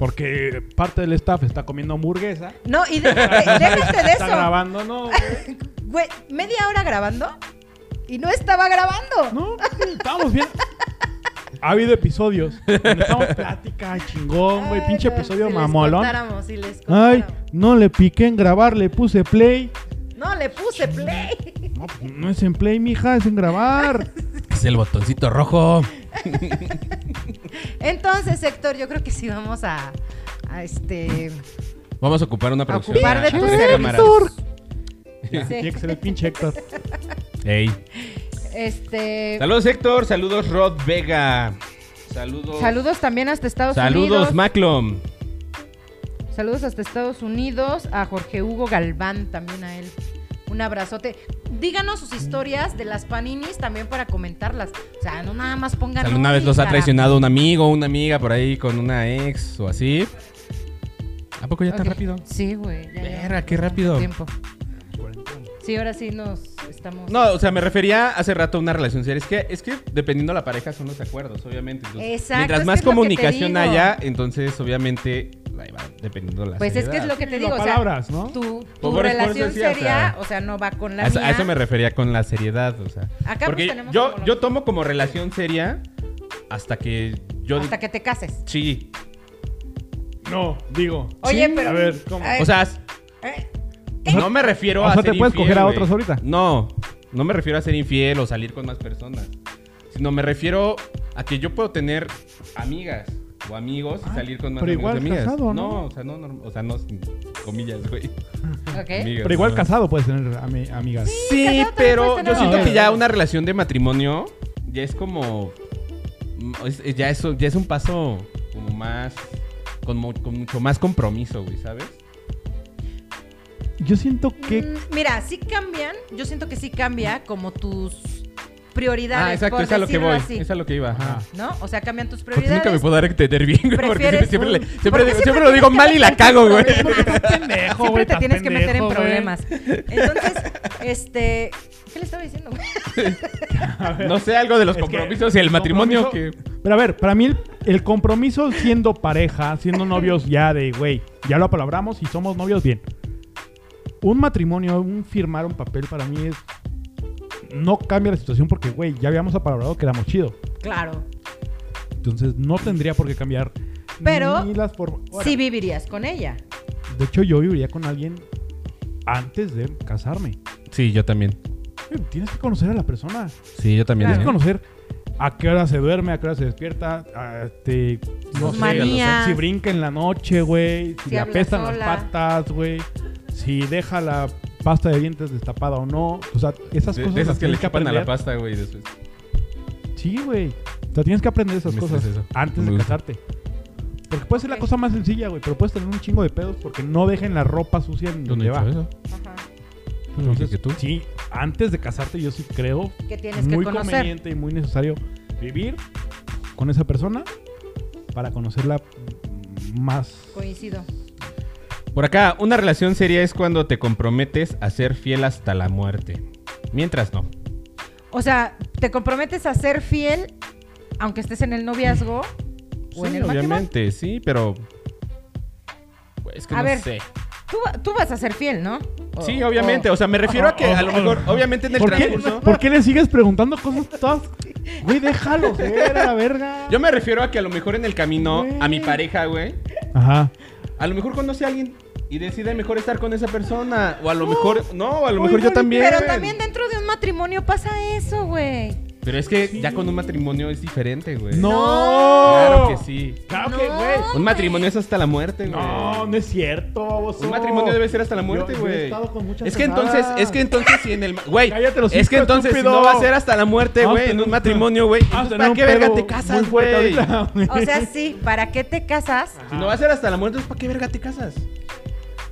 Speaker 2: Porque parte del staff está comiendo hamburguesa.
Speaker 1: No, y de- eh, déjense de eso.
Speaker 2: Está grabando, no. güey.
Speaker 1: Güey, media hora grabando y no estaba grabando.
Speaker 2: No, estamos bien. Ha habido episodios donde estamos plática, chingón, güey.
Speaker 1: Ay,
Speaker 2: Pinche
Speaker 1: no,
Speaker 2: episodio
Speaker 1: si les
Speaker 2: mamolón.
Speaker 1: contáramos, si les
Speaker 2: Ay,
Speaker 1: contáramos.
Speaker 2: no le piqué en grabar, le puse play.
Speaker 1: No, le puse play.
Speaker 5: No, pues, no es en play, mija, es en grabar.
Speaker 3: Es el botoncito rojo.
Speaker 1: Entonces, Héctor, yo creo que sí vamos a, a, este,
Speaker 3: Vamos a ocupar una
Speaker 1: a
Speaker 3: producción.
Speaker 1: ocupar
Speaker 3: Ah,
Speaker 1: de tus
Speaker 3: cámaras.
Speaker 1: servicios.
Speaker 2: Ya,
Speaker 1: Sí.
Speaker 2: Tiene que ser el pinche Héctor.
Speaker 3: Ey.
Speaker 1: Este,
Speaker 3: Saludos, Héctor. Saludos, Rod Vega. Saludos.
Speaker 1: saludos también hasta Estados
Speaker 3: Saludos,
Speaker 1: Unidos.
Speaker 3: Maclom.
Speaker 1: Saludos hasta Estados Unidos, a Jorge Hugo Galván también a él. Un abrazote. Díganos sus historias de las paninis también para comentarlas. O sea, no nada más pongan.
Speaker 3: ¿Alguna
Speaker 1: "Ay,
Speaker 3: vez los ha
Speaker 1: carajo".
Speaker 3: traicionado un amigo, una amiga por ahí con una ex o así? ¿A poco ya tan
Speaker 1: Ok.
Speaker 3: rápido?
Speaker 1: Sí, güey. ya
Speaker 3: Verga,
Speaker 1: llevamos
Speaker 3: qué rápido.
Speaker 1: tiempo. Sí, ahora sí nos estamos.
Speaker 3: No, o sea, me refería hace rato a una relación seria. Es que, es que dependiendo de la pareja son los acuerdos, obviamente. Entonces,
Speaker 1: Exacto,
Speaker 3: Mientras
Speaker 1: es
Speaker 3: más
Speaker 1: que es lo que te
Speaker 3: comunicación
Speaker 1: digo.
Speaker 3: haya, entonces obviamente ahí va, dependiendo de la
Speaker 1: Pues es que es lo que te
Speaker 2: Y
Speaker 1: digo.
Speaker 2: las
Speaker 1: O sea,
Speaker 2: palabras, ¿no?
Speaker 1: tu, tu
Speaker 3: por eso
Speaker 1: relación
Speaker 3: decía, o
Speaker 1: seria,
Speaker 3: sea,
Speaker 1: o sea, no va con la
Speaker 3: a, eso-
Speaker 1: mía.
Speaker 3: a eso me refería con la seriedad, o sea.
Speaker 1: Acá, pues,
Speaker 3: porque
Speaker 1: tenemos
Speaker 3: yo,
Speaker 1: como lo
Speaker 3: yo
Speaker 1: mismo.
Speaker 3: tomo como relación seria hasta que yo...
Speaker 1: Hasta que te cases.
Speaker 3: Sí.
Speaker 2: No, digo.
Speaker 1: Oye,
Speaker 2: Sí,
Speaker 1: pero.
Speaker 2: A ver, ¿cómo?
Speaker 1: Ay,
Speaker 3: O sea,
Speaker 1: eh,
Speaker 3: no me refiero
Speaker 5: O sea,
Speaker 3: a
Speaker 5: te
Speaker 3: ser
Speaker 5: puedes coger
Speaker 3: infiel,
Speaker 5: a
Speaker 3: güey.
Speaker 5: otras ahorita.
Speaker 3: No, no me refiero a ser infiel o salir con más personas. Sino me refiero a que yo puedo tener amigas o amigos
Speaker 1: Ah,
Speaker 3: y salir con más
Speaker 2: pero
Speaker 3: amigos
Speaker 2: igual
Speaker 3: y amigas.
Speaker 2: casado, ¿no?
Speaker 3: o sea, no, no, o sea, no sin comillas, güey.
Speaker 1: ok.
Speaker 3: Amigas,
Speaker 5: Pero igual
Speaker 3: ¿no?
Speaker 5: casado puedes tener ami- amigas.
Speaker 3: Sí,
Speaker 1: casado también
Speaker 3: pero
Speaker 1: puedes tener
Speaker 3: yo siento
Speaker 2: amigos.
Speaker 3: que ya una relación de matrimonio ya es como mm, es- ya es ya es un paso como más con, mu- con mucho más compromiso, güey, ¿sabes?
Speaker 5: Yo siento que
Speaker 1: Mm, Mira, sí cambian. Yo siento que sí cambia como tus prioridades.
Speaker 3: Ah, exacto,
Speaker 1: por
Speaker 3: es a lo que
Speaker 1: decirlo
Speaker 3: voy,
Speaker 1: así,
Speaker 3: es a lo que iba. Ajá.
Speaker 1: ¿No? O sea, cambian tus
Speaker 3: Porque
Speaker 1: prioridades.
Speaker 3: nunca me puedo dar a entender bien, güey. Porque siempre,
Speaker 1: Prefieres
Speaker 3: siempre,
Speaker 1: un-
Speaker 3: le- siempre
Speaker 1: porque
Speaker 3: digo-
Speaker 1: siempre
Speaker 3: siempre lo digo
Speaker 1: tienes que
Speaker 3: mal y la
Speaker 1: meterte en
Speaker 3: cago, güey.
Speaker 1: problemas.
Speaker 2: güey,
Speaker 1: Siempre te
Speaker 2: estás
Speaker 1: tienes que meter en
Speaker 2: pendejo, güey.
Speaker 1: problemas. Entonces, este. ¿Qué le estaba diciendo? güey?
Speaker 3: No sé, algo de los
Speaker 2: Es que
Speaker 3: compromisos y el matrimonio que...
Speaker 2: compromiso- Pero a ver, para mí el, el compromiso siendo pareja, siendo novios ya de, güey, ya lo apalabramos y somos novios bien. Un matrimonio, un firmar un papel para mí es... No cambia la situación porque, güey, ya habíamos apalabrado que éramos chido.
Speaker 1: Claro.
Speaker 5: entonces
Speaker 2: Entonces no tendría por qué cambiar.
Speaker 1: Pero
Speaker 2: ni las formas.
Speaker 1: Sí vivirías con ella.
Speaker 2: De hecho, yo viviría con alguien antes de casarme.
Speaker 3: Sí, yo también.
Speaker 2: Güey, Tienes que conocer a la persona.
Speaker 3: Sí, yo también.
Speaker 2: Tienes que
Speaker 3: ¿eh?
Speaker 2: conocer a qué hora se duerme, a qué hora se despierta, a este, no
Speaker 1: Sus
Speaker 2: sé,
Speaker 1: manías.
Speaker 2: si brinca en la noche, güey, si,
Speaker 1: Si
Speaker 2: le
Speaker 1: habla
Speaker 2: apestan las
Speaker 1: sola.
Speaker 2: patas, güey, si deja la pasta de dientes destapada o no, o sea, esas
Speaker 3: De-
Speaker 2: cosas
Speaker 3: de esas
Speaker 2: las
Speaker 3: que le
Speaker 2: tienes
Speaker 3: chupan a la
Speaker 2: aprender.
Speaker 3: pasta, güey. después.
Speaker 2: Sí, güey. O sea, tienes que aprender esas
Speaker 3: Me
Speaker 2: cosas
Speaker 3: estresa eso.
Speaker 2: antes
Speaker 3: Me
Speaker 2: de
Speaker 3: gusta.
Speaker 2: casarte. Porque puede ser la
Speaker 1: Ok.
Speaker 2: cosa más sencilla, güey, pero puedes tener un chingo de pedos porque no dejen la ropa sucia en donde va.
Speaker 1: Ajá.
Speaker 3: Entonces, ¿que tú?
Speaker 2: Sí, antes de casarte yo sí creo
Speaker 1: Que tienes
Speaker 2: muy
Speaker 1: que conocer.
Speaker 2: conveniente y muy necesario vivir con esa persona para conocerla más.
Speaker 1: Coincido.
Speaker 3: Por acá, una relación seria es cuando te comprometes a ser fiel hasta la muerte. Mientras no.
Speaker 1: O sea, te comprometes a ser fiel aunque estés en el noviazgo o en
Speaker 3: Sí,
Speaker 1: el matrimonio.
Speaker 3: obviamente, sí, pero... Pues, Es que
Speaker 1: A
Speaker 3: no
Speaker 1: ver. Oh,
Speaker 3: sé.
Speaker 1: Tú, tú vas a ser fiel, ¿no? O-
Speaker 3: Sí, obviamente.
Speaker 1: o-
Speaker 3: O sea, me refiero a que a lo mejor, obviamente en el
Speaker 2: ¿Por qué,
Speaker 3: transcurso...
Speaker 2: por qué le sigues preguntando cosas todas? Güey, déjalo ser, a la verga.
Speaker 3: Yo me refiero a que a lo mejor en el camino a mi
Speaker 2: Güey.
Speaker 3: pareja, güey,
Speaker 2: Ajá.
Speaker 3: a lo mejor conoce a alguien y decide mejor estar con esa persona. O a lo mejor, no, o a lo mejor yo
Speaker 2: bonito.
Speaker 3: también.
Speaker 1: Pero también dentro de un matrimonio pasa eso, güey.
Speaker 3: Pero es que ya con un matrimonio es diferente, güey.
Speaker 2: No.
Speaker 3: Claro que sí.
Speaker 2: Claro
Speaker 1: No.
Speaker 2: que, güey.
Speaker 3: Un matrimonio es hasta la muerte, güey.
Speaker 2: No, no es cierto, baboso.
Speaker 3: Un matrimonio debe ser hasta la muerte,
Speaker 2: Yo- yo he
Speaker 3: güey.
Speaker 2: estado con muchas
Speaker 3: Es que
Speaker 2: casadas.
Speaker 3: entonces, es que entonces si en el ma- güey,
Speaker 2: Cállate los
Speaker 3: es que
Speaker 2: hijos,
Speaker 3: entonces si
Speaker 2: estúpido.
Speaker 3: no va a ser hasta la muerte,
Speaker 2: Vamos a
Speaker 3: güey, en
Speaker 2: tener
Speaker 3: un
Speaker 2: un-
Speaker 3: matrimonio, güey.
Speaker 2: Vamos a Ah, tener
Speaker 3: Entonces, ¿Para
Speaker 2: un
Speaker 3: qué verga
Speaker 2: pedo
Speaker 3: te
Speaker 2: muy
Speaker 3: casas,
Speaker 2: fuerte
Speaker 3: güey?
Speaker 2: ahorita, güey.
Speaker 1: O sea, sí, ¿para qué te casas?
Speaker 3: Si no va a ser hasta la muerte, pues, ¿para qué verga te casas?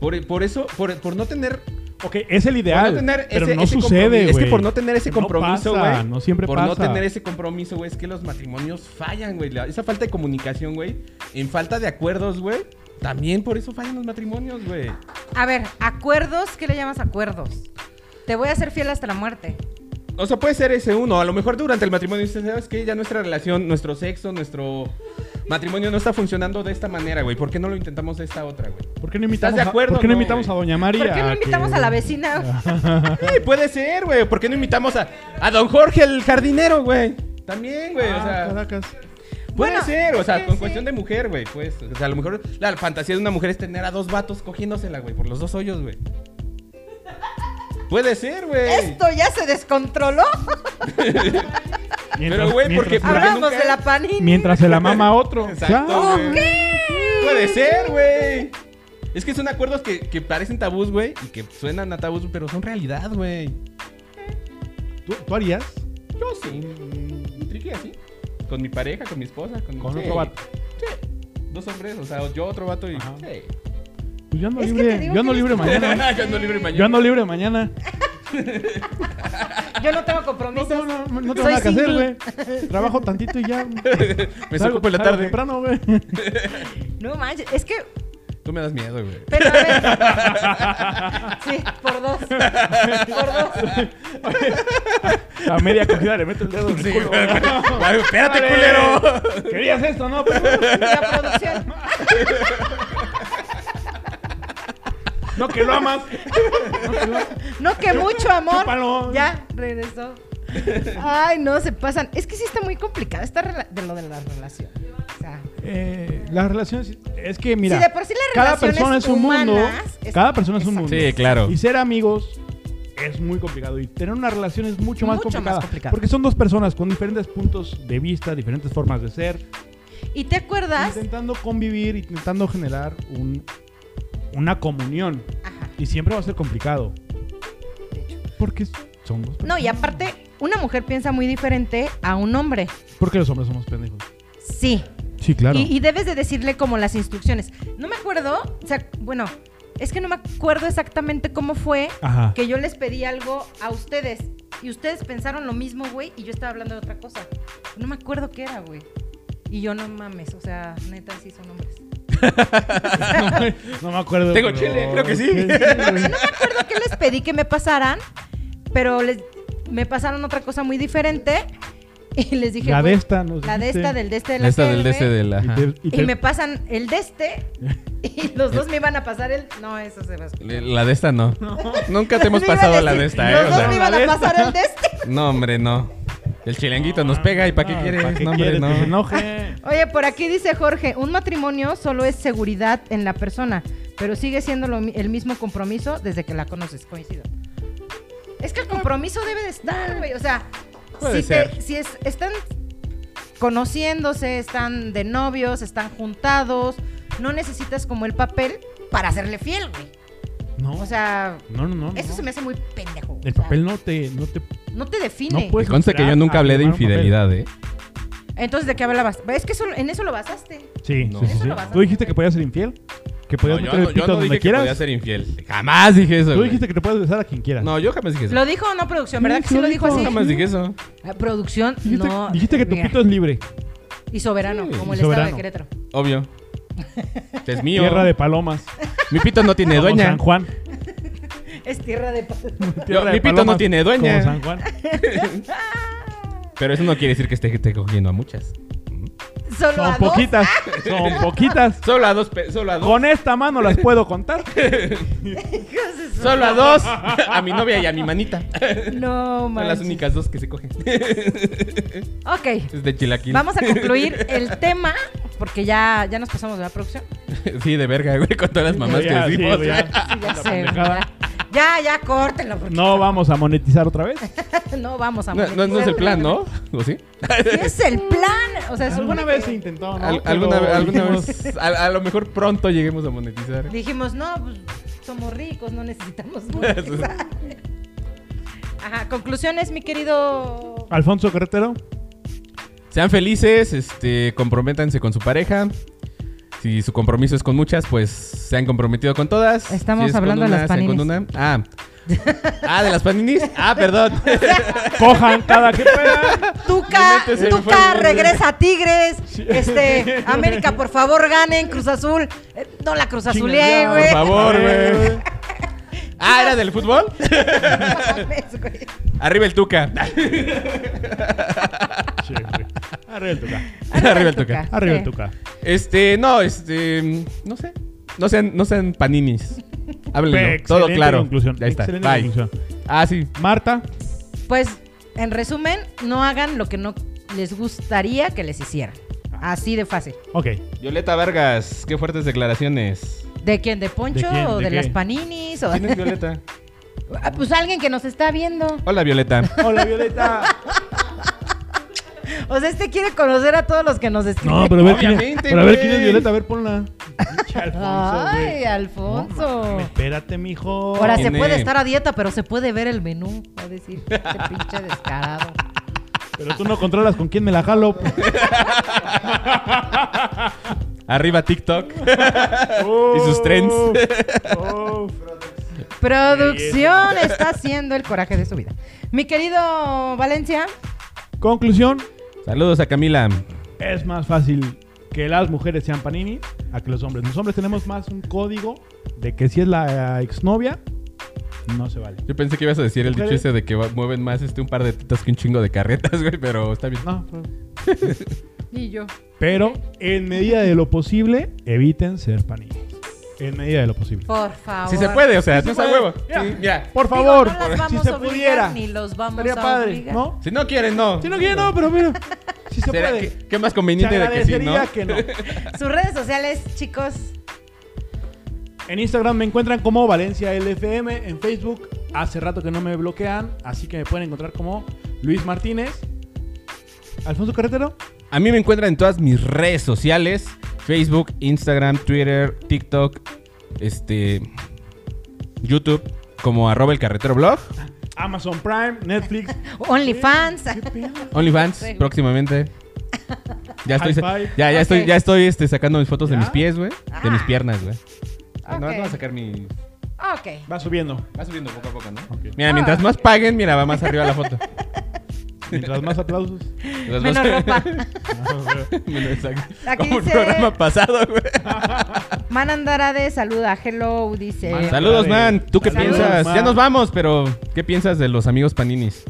Speaker 3: Por, por eso, por, por no tener
Speaker 2: Ok, es el
Speaker 3: Por
Speaker 2: ideal.
Speaker 3: no tener
Speaker 2: pero
Speaker 3: ese-
Speaker 2: no
Speaker 3: ese
Speaker 2: sucede,
Speaker 3: compromiso.
Speaker 2: güey.
Speaker 3: Es que por no tener ese
Speaker 2: No
Speaker 3: compromiso,
Speaker 2: pasa,
Speaker 3: güey.
Speaker 2: no siempre
Speaker 3: Por no
Speaker 2: pasa.
Speaker 3: tener ese compromiso, güey, es que los matrimonios fallan, güey. La- Esa falta de comunicación, güey. En falta de acuerdos, güey. También por eso fallan los matrimonios, güey.
Speaker 1: A ver, acuerdos, ¿qué le llamas acuerdos? Te voy a ser fiel hasta la muerte.
Speaker 3: O sea, puede ser ese uno. A lo mejor durante el matrimonio dices, ¿sabes qué? Ya nuestra relación, nuestro sexo, nuestro matrimonio no está funcionando de esta manera, güey. ¿Por qué no lo intentamos de esta otra, güey?
Speaker 2: ¿Por qué no invitamos,
Speaker 3: ¿Estás de acuerdo
Speaker 2: a, ¿por qué no
Speaker 3: o no,
Speaker 2: invitamos a
Speaker 3: güey?
Speaker 2: Doña María?
Speaker 1: ¿Por qué no invitamos
Speaker 2: que-
Speaker 1: a la vecina?
Speaker 3: Ay, puede ser, güey. ¿Por qué no invitamos a, a don Jorge, el jardinero, güey? También, güey. o sea,
Speaker 2: Ah, Caracas.
Speaker 3: Puede
Speaker 1: Bueno,
Speaker 3: ser, o
Speaker 1: es
Speaker 3: sea,
Speaker 1: que
Speaker 3: con
Speaker 1: sí.
Speaker 3: cuestión de mujer, güey, pues. O sea, a lo mejor la fantasía de una mujer es tener a dos vatos cogiéndosela, güey, por los dos hoyos, güey. Puede ser, güey.
Speaker 1: Esto ya se descontroló.
Speaker 3: Pero, güey, porque. porque
Speaker 1: Hablamos
Speaker 3: nunca-
Speaker 1: de la panini.
Speaker 2: Mientras se la mama a otro.
Speaker 3: Exacto,
Speaker 2: Ya.
Speaker 3: güey. Puede ser, güey. Es que son acuerdos que, que parecen tabús, güey, y que suenan a tabús, pero son realidad, güey.
Speaker 2: ¿Tú, tú harías?
Speaker 3: Yo sí, mm, un trique así. Con mi pareja, con mi esposa, con,
Speaker 2: Con
Speaker 3: sí.
Speaker 2: otro vato.
Speaker 3: Dos hombres, o sea, yo otro vato y.
Speaker 2: Ajá.
Speaker 3: Sí.
Speaker 2: Pues yo ando
Speaker 1: Es que te
Speaker 2: libre,
Speaker 1: digo
Speaker 2: yo
Speaker 1: que
Speaker 2: ando
Speaker 1: eres-
Speaker 2: libre mañana.
Speaker 3: yo ando libre mañana.
Speaker 2: Yo ando libre mañana.
Speaker 1: Yo no tengo
Speaker 2: No
Speaker 1: compromisos.
Speaker 2: tengo, na- no tengo
Speaker 1: Soy
Speaker 2: nada que hacer,
Speaker 1: single.
Speaker 2: güey. Trabajo tantito y ya.
Speaker 3: Me
Speaker 2: Salgo-
Speaker 3: ocupo en la
Speaker 2: salgo
Speaker 3: tarde.
Speaker 2: temprano, güey.
Speaker 1: No manches, es que.
Speaker 3: Tú me das miedo, güey.
Speaker 1: Pero a ver. Sí, por dos. Por dos.
Speaker 2: A media cogida le meto el dedo en el culo. güey.
Speaker 3: Ay, espérate,
Speaker 2: Dale.
Speaker 3: culero.
Speaker 2: Querías esto, ¿no? pues, Pero-
Speaker 1: La producción.
Speaker 2: No, que lo amas. No, que lo-
Speaker 1: No, que mucho amor.
Speaker 2: Chúpalo.
Speaker 1: Ya, regresó. Ay, no, se pasan. Es que sí está muy complicado esta rela- de lo de la relación. O sea,
Speaker 2: Eh, las relaciones. Es que, mira.
Speaker 1: si de por sí las
Speaker 2: cada
Speaker 1: relaciones
Speaker 2: persona es un
Speaker 1: humanas,
Speaker 2: mundo.
Speaker 1: es
Speaker 2: Cada persona es un mundo.
Speaker 3: Sí, claro.
Speaker 2: Y ser amigos es muy complicado. Y tener una relación es mucho más,
Speaker 1: Mucho más
Speaker 2: complicada,
Speaker 1: complicado.
Speaker 2: Porque son dos personas con diferentes puntos de vista, diferentes formas de ser.
Speaker 1: ¿Y te acuerdas?
Speaker 2: Intentando convivir, intentando generar un, una comunión.
Speaker 1: Ajá,
Speaker 2: Y siempre va a ser complicado.
Speaker 1: de hecho.
Speaker 2: Porque son dos
Speaker 1: No, y aparte, una mujer piensa muy diferente a un hombre.
Speaker 2: Porque los hombres somos pendejos.
Speaker 1: Sí.
Speaker 2: Sí, claro.
Speaker 1: Y, y debes de decirle como las instrucciones. No me acuerdo, o sea, bueno, es que no me acuerdo exactamente cómo fue
Speaker 2: Ajá.
Speaker 1: que yo les pedí algo a ustedes. Y ustedes pensaron lo mismo, güey, y yo estaba hablando de otra cosa. No me acuerdo qué era, güey. Y yo no mames, o sea, neta, sí son hombres.
Speaker 2: No me acuerdo.
Speaker 3: Tengo
Speaker 2: pero-
Speaker 3: chile, creo que sí.
Speaker 1: No me acuerdo qué les pedí que me pasaran, pero les, me pasaron otra cosa muy diferente. Y les dije,
Speaker 2: La de
Speaker 1: güey,
Speaker 2: esta, nos
Speaker 1: la de
Speaker 2: dijiste.
Speaker 1: esta, del de este, de la selve.
Speaker 3: del.
Speaker 2: Y te- y
Speaker 1: Y,
Speaker 2: te-
Speaker 1: me pasan el de este y los dos me iban a pasar el... No, eso se va a escuchar.
Speaker 3: La de esta no. Nunca te hemos
Speaker 1: Yo iba a
Speaker 3: pasado la
Speaker 1: decir,
Speaker 3: de esta,
Speaker 1: Los
Speaker 3: eh. O
Speaker 1: dos me
Speaker 3: sea,
Speaker 1: iban
Speaker 2: La de
Speaker 1: a
Speaker 2: esta.
Speaker 1: pasar el de este.
Speaker 3: no, hombre, no. El chilenguito nos pega y ¿para qué
Speaker 2: No,
Speaker 3: quieres?
Speaker 2: Ah, ¿pa' qué
Speaker 3: no, hombre,
Speaker 2: quieres que se
Speaker 3: no.
Speaker 2: enoje?
Speaker 1: Oye, por aquí dice Jorge, un matrimonio solo es seguridad en la persona, pero sigue siendo lo mi- el mismo compromiso desde que la conoces, coincido. Es que el compromiso debe de estar, güey, o sea,
Speaker 3: Puede
Speaker 1: si, te-
Speaker 3: ser.
Speaker 1: si es- están conociéndose, están de novios, están juntados, no necesitas como el papel para hacerle fiel, güey.
Speaker 2: No,
Speaker 1: O sea,
Speaker 2: no, no, no.
Speaker 1: eso
Speaker 2: no.
Speaker 1: se me hace muy pendejo.
Speaker 2: El
Speaker 1: o sea,
Speaker 2: papel no te, no te,
Speaker 1: no te define.
Speaker 2: no puedes.
Speaker 3: Conste que yo
Speaker 2: esperar
Speaker 3: nunca
Speaker 2: a
Speaker 3: hablé de
Speaker 2: firmar un papel.
Speaker 3: infidelidad, eh.
Speaker 1: Entonces, ¿de qué hablabas? Es que eso- en eso lo basaste.
Speaker 2: Sí,
Speaker 3: No.
Speaker 2: sí, sí,
Speaker 3: Eso
Speaker 2: sí.
Speaker 1: lo vas a
Speaker 2: Tú dijiste que podías ser infiel, que podías
Speaker 3: yo
Speaker 2: meter el
Speaker 3: no, yo
Speaker 2: pito
Speaker 3: no
Speaker 2: donde
Speaker 3: dije que podía
Speaker 2: quieras.
Speaker 3: ser infiel. Jamás dije eso.
Speaker 2: Tú
Speaker 3: güey.
Speaker 2: dijiste que te puedes besar a quien quieras.
Speaker 3: No, yo jamás dije eso.
Speaker 1: ¿Lo dijo o no producción? ¿Verdad
Speaker 2: Sí,
Speaker 1: que sí lo dijo así?
Speaker 3: Jamás dije eso.
Speaker 1: Ah, Producción,
Speaker 2: dijiste,
Speaker 1: no.
Speaker 2: dijiste que tu
Speaker 1: mira,
Speaker 2: pito es libre.
Speaker 1: Y soberano, como
Speaker 2: y
Speaker 1: el estado
Speaker 2: soberano.
Speaker 1: de Querétaro.
Speaker 3: Obvio. Este es mío.
Speaker 2: Tierra de palomas.
Speaker 3: Mi pito no tiene
Speaker 2: Como
Speaker 3: dueña.
Speaker 2: San Juan.
Speaker 1: Es tierra de... pa-
Speaker 2: Tierra
Speaker 3: mi
Speaker 2: de
Speaker 3: pito no
Speaker 2: palomas,
Speaker 3: tiene dueña.
Speaker 2: Como San Juan.
Speaker 3: Pero eso no quiere decir que esté, esté cogiendo a muchas.
Speaker 1: Solo a
Speaker 2: Son
Speaker 1: dos.
Speaker 2: poquitas. Son poquitas.
Speaker 3: Solo a dos. pe- Solo a dos.
Speaker 2: Con esta mano las puedo contar.
Speaker 1: hijos de su-
Speaker 3: Solo a dos. A mi novia y a mi manita.
Speaker 1: No,
Speaker 3: Son las
Speaker 1: manches.
Speaker 3: únicas dos que se cogen.
Speaker 1: Ok,
Speaker 3: Es de chilaquil.
Speaker 1: vamos a concluir el tema, porque ya, ya nos pasamos de la producción.
Speaker 3: Sí, de verga, güey, con todas las mamás que pues.
Speaker 2: Ya, sí,
Speaker 3: decimos.
Speaker 2: ya.
Speaker 1: Sí, ya
Speaker 2: La
Speaker 1: sé,
Speaker 2: pendejada.
Speaker 1: ya. Ya, ya, córtenlo, porque
Speaker 2: No vamos a monetizar otra vez.
Speaker 1: no vamos a
Speaker 3: No, no- no es el plan, ¿no? ¿O sí?
Speaker 1: Sí es el plan. O sea, es
Speaker 2: Alguna vez se intentó, ¿no?
Speaker 3: Al- alguna
Speaker 2: Pero
Speaker 3: alguna
Speaker 2: dijimos,
Speaker 3: vez. A, a lo mejor pronto lleguemos a monetizar.
Speaker 1: Dijimos, no, pues somos ricos, no necesitamos monetizar". Ajá, conclusiones, mi querido.
Speaker 2: Alfonso Carretero.
Speaker 3: Sean felices, este, comprométanse con su pareja. Si su compromiso es con muchas, pues se han comprometido con todas.
Speaker 1: Estamos
Speaker 3: Si es con
Speaker 1: hablando de
Speaker 3: una,
Speaker 1: las
Speaker 3: sean con
Speaker 1: paninis.
Speaker 3: una. Ah. ah, de las paninis. Ah, perdón.
Speaker 2: Cojan cada que puedan.
Speaker 1: Tuca,
Speaker 3: neta, se me fue el
Speaker 1: Tuca,
Speaker 3: mundo.
Speaker 1: regresa a Tigres. Este, América, por favor, ganen. Cruz Azul. Eh, No la Cruz Azul,
Speaker 2: Chinga,
Speaker 3: Por
Speaker 1: güey.
Speaker 3: favor, güey. Ah, ¿era del fútbol?
Speaker 1: Mames, güey.
Speaker 3: Arriba el Tuca.
Speaker 2: Sí, güey. Arriba el tuca.
Speaker 3: Arriba el Tuca.
Speaker 2: Arriba
Speaker 1: Sí.
Speaker 2: el tuca.
Speaker 3: Este, no, este, no sé. No sean, no sean paninis. Háblenlo.
Speaker 2: Excelente
Speaker 3: Todo claro.
Speaker 2: conclusión,
Speaker 3: Ya está.
Speaker 2: excelente
Speaker 3: Bye.
Speaker 2: conclusión.
Speaker 3: Ah, sí.
Speaker 2: Marta.
Speaker 1: Pues, en resumen, no hagan lo que no les gustaría que les hicieran. Así de fácil.
Speaker 2: Ok.
Speaker 3: Violeta Vargas, qué fuertes declaraciones.
Speaker 1: ¿De quién? ¿De Poncho?
Speaker 2: quién?
Speaker 1: ¿O
Speaker 2: ¿De
Speaker 1: de,
Speaker 2: qué?
Speaker 1: las paninis? ¿O
Speaker 3: ¿Quién es Violeta?
Speaker 1: Ah, pues alguien que nos está viendo.
Speaker 3: Hola, Violeta.
Speaker 2: Hola, Violeta.
Speaker 1: O sea, este quiere conocer a todos los que nos escriben.
Speaker 5: No, pero a ver, quién es,
Speaker 3: Obviamente,
Speaker 5: pero a ver quién es
Speaker 3: güey.
Speaker 5: Violeta, a ver, ponla.
Speaker 2: Pinche Alfonso, güey.
Speaker 1: Ay, Alfonso.
Speaker 5: Espérate, mijo.
Speaker 1: Ahora se
Speaker 3: Tiene-
Speaker 1: puede estar a dieta, pero se puede ver el menú. Va a decir, este pinche descarado.
Speaker 5: Pero tú no controlas con quién me la jalo.
Speaker 3: Arriba TikTok y sus trends.
Speaker 2: Oh,
Speaker 1: Producción está haciendo el coraje de su vida. Mi querido Valencia,
Speaker 2: Conclusión,
Speaker 3: Saludos a Camila.
Speaker 2: es más fácil que las mujeres sean panini a que los hombres. Los hombres tenemos más un código de que si es la eh, exnovia, no se vale.
Speaker 3: Yo pensé que ibas a decir el dicho
Speaker 2: Mujeres.
Speaker 3: ese de que va- mueven más este un par de tetas que un chingo de carretas, güey, pero está bien.
Speaker 2: No, no.
Speaker 1: y yo.
Speaker 2: Pero en medida de lo posible, eviten ser panini. En medida de lo posible.
Speaker 1: Por favor.
Speaker 3: Si se puede, o sea,
Speaker 2: Sí
Speaker 3: no
Speaker 2: se
Speaker 3: es a
Speaker 2: puede.
Speaker 3: huevo.
Speaker 2: Mira,
Speaker 3: Sí, mira.
Speaker 2: Por
Speaker 1: Digo,
Speaker 2: favor,
Speaker 1: no las
Speaker 2: si
Speaker 1: vamos
Speaker 2: se
Speaker 1: a obligar
Speaker 2: pudiera.
Speaker 1: Ni los vamos
Speaker 2: Estaría
Speaker 1: a
Speaker 2: padre,
Speaker 1: obligar.
Speaker 2: ¿no?
Speaker 3: Si no quieren, no.
Speaker 2: Si no quiere, no, pero mira. Si se
Speaker 3: ¿Será
Speaker 2: puede.
Speaker 3: que- qué más
Speaker 2: Se
Speaker 3: conveniente de que sí, no?
Speaker 2: agradecería que no.
Speaker 1: Sus redes sociales, chicos.
Speaker 2: En Instagram me encuentran como Valencia LFM, en Facebook hace rato que no me bloquean, así que me pueden encontrar como Luis Martínez. Alfonso Carretero,
Speaker 3: A mí me encuentran en todas mis redes sociales: Facebook, Instagram, Twitter, TikTok, este, YouTube, como arroba el carretero blog,
Speaker 2: Amazon Prime, Netflix.
Speaker 1: OnlyFans.
Speaker 3: OnlyFans,
Speaker 1: Sí.
Speaker 3: próximamente. Ya estoy,
Speaker 2: Hi-Fi.
Speaker 3: ya, ya
Speaker 1: Ok.
Speaker 3: estoy, ya estoy este, sacando mis fotos de
Speaker 2: ¿Ya?
Speaker 3: mis pies, güey. De mis
Speaker 1: Ah.
Speaker 3: piernas, güey. Ah, No,
Speaker 1: Ok.
Speaker 3: no voy a sacar mi.
Speaker 1: Ok.
Speaker 2: Va subiendo.
Speaker 3: Va subiendo poco a poco, ¿no?
Speaker 2: Ok.
Speaker 3: Mira,
Speaker 1: Ah,
Speaker 3: mientras más paguen, mira, va más arriba la foto.
Speaker 2: Mientras más aplausos.
Speaker 3: Mientras más-
Speaker 1: Menos ropa.
Speaker 3: Menos, exacto.
Speaker 1: Aquí
Speaker 3: Como el
Speaker 1: dice-
Speaker 3: programa pasado, güey.
Speaker 1: Man Andarade saluda. Hello, dice.
Speaker 2: Man-
Speaker 3: Saludos, man. ¿Tú qué
Speaker 1: Saludos,
Speaker 3: piensas?
Speaker 2: man.
Speaker 3: Ya nos vamos, pero ¿qué piensas de los amigos paninis?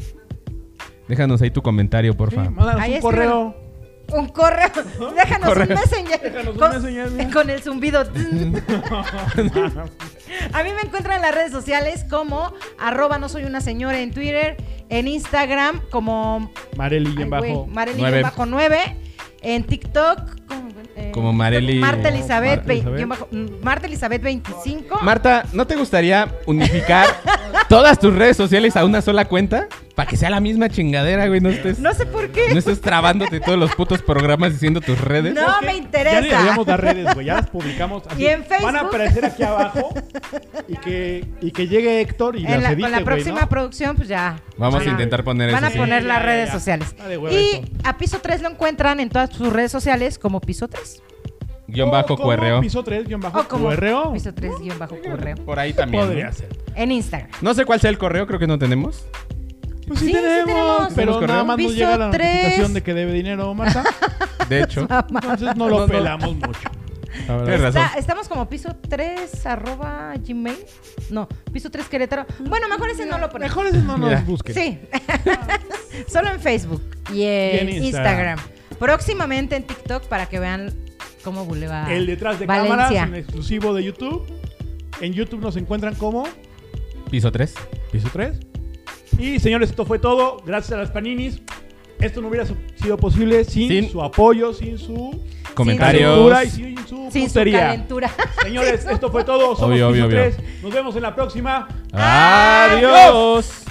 Speaker 3: Déjanos ahí tu comentario,
Speaker 2: Sí,
Speaker 3: porfa.
Speaker 2: mándanos
Speaker 1: Ahí
Speaker 2: un
Speaker 1: escriban.
Speaker 2: correo.
Speaker 1: Un correo. Déjanos
Speaker 3: Correo.
Speaker 1: un messenger.
Speaker 2: Déjanos un
Speaker 1: con,
Speaker 2: messenger, mira.
Speaker 1: con el zumbido. A mí me encuentran en las redes sociales como arroba no soy una señora en Twitter, en Instagram como
Speaker 2: Marely y en
Speaker 1: ay, güey,
Speaker 2: bajo.
Speaker 1: Marely
Speaker 3: Nueve.
Speaker 1: guión bajo 9, en TikTok como, eh,
Speaker 3: Como Marely-
Speaker 1: Marta Elizabeth,
Speaker 2: Marta
Speaker 1: vei-
Speaker 2: Elizabeth.
Speaker 1: guión bajo- mm, Marta Elizabeth 25.
Speaker 3: Marta, ¿no te gustaría unificar todas tus redes sociales a una sola cuenta? Para que sea la misma chingadera, güey. No estés, no
Speaker 1: no sé por qué.
Speaker 3: estés trabándote todos los putos programas diciendo tus redes.
Speaker 1: No.
Speaker 2: ¿Sabes
Speaker 1: me
Speaker 2: qué?
Speaker 1: interesa.
Speaker 2: Ya ni deberíamos dar redes, güey. Ya las publicamos. Así.
Speaker 1: Y en
Speaker 2: Van a
Speaker 1: Facebook.
Speaker 2: aparecer aquí abajo y que, y que llegue Héctor y
Speaker 1: En
Speaker 2: las
Speaker 1: la-
Speaker 2: edite,
Speaker 1: con la
Speaker 2: güey,
Speaker 1: próxima
Speaker 2: ¿no?
Speaker 1: producción, pues ya.
Speaker 3: Vamos
Speaker 2: Sí.
Speaker 3: a intentar poner
Speaker 1: Van
Speaker 3: eso.
Speaker 1: a
Speaker 3: sí.
Speaker 1: poner
Speaker 2: Sí,
Speaker 1: las
Speaker 2: ya,
Speaker 1: redes
Speaker 2: ya, ya.
Speaker 1: sociales.
Speaker 2: Está de hueva
Speaker 1: Y
Speaker 2: eso.
Speaker 1: a Piso 3 lo encuentran en todas sus redes sociales como Piso 3.
Speaker 3: Guión bajo
Speaker 2: O como
Speaker 3: cuerreo.
Speaker 2: Piso 3, guión bajo
Speaker 1: O como
Speaker 2: QRO.
Speaker 1: Piso 3 guión bajo correo.
Speaker 3: Por ahí también. ¿no?
Speaker 2: Podría ser.
Speaker 1: En Instagram.
Speaker 3: No sé cuál sea el correo, creo que no tenemos.
Speaker 2: Pues sí,
Speaker 1: Sí, sí
Speaker 2: tenemos,
Speaker 1: tenemos.
Speaker 2: pero
Speaker 3: ¿Tenemos correo?
Speaker 2: nada más nos
Speaker 1: Piso
Speaker 2: llega la
Speaker 1: tres.
Speaker 2: notificación de que debe dinero Marta,
Speaker 3: De hecho,
Speaker 2: entonces no
Speaker 3: No,
Speaker 2: lo
Speaker 3: no.
Speaker 2: pelamos mucho.
Speaker 3: la verdad. tienes razón.
Speaker 1: Está- estamos como piso 3 arroba gmail. No, piso 3 Querétaro. Bueno, mejor ese no lo ponemos.
Speaker 2: Mejor ese no
Speaker 3: Mira.
Speaker 2: nos busquen.
Speaker 1: Sí. Solo en Facebook y en,
Speaker 2: Y en
Speaker 1: Instagram.
Speaker 2: Instagram.
Speaker 1: Próximamente en TikTok para que vean cómo buleva
Speaker 2: El detrás de
Speaker 1: Valencia.
Speaker 2: cámaras, en exclusivo de YouTube. En YouTube nos encuentran como
Speaker 3: Piso 3.
Speaker 2: Piso 3. Y señores, esto fue todo. Gracias a las paninis. Esto no hubiera su- sido posible sin,
Speaker 3: Sin-
Speaker 2: su apoyo, sin su
Speaker 3: Comentarios.
Speaker 2: cultura y sin su
Speaker 1: Sin su
Speaker 2: puntería.
Speaker 1: calentura.
Speaker 2: Señores, esto fue todo. Somos
Speaker 3: Obvio,
Speaker 2: Piso
Speaker 3: obvio,
Speaker 2: 3.
Speaker 3: obvio.
Speaker 2: Nos vemos en la próxima.
Speaker 3: Adiós.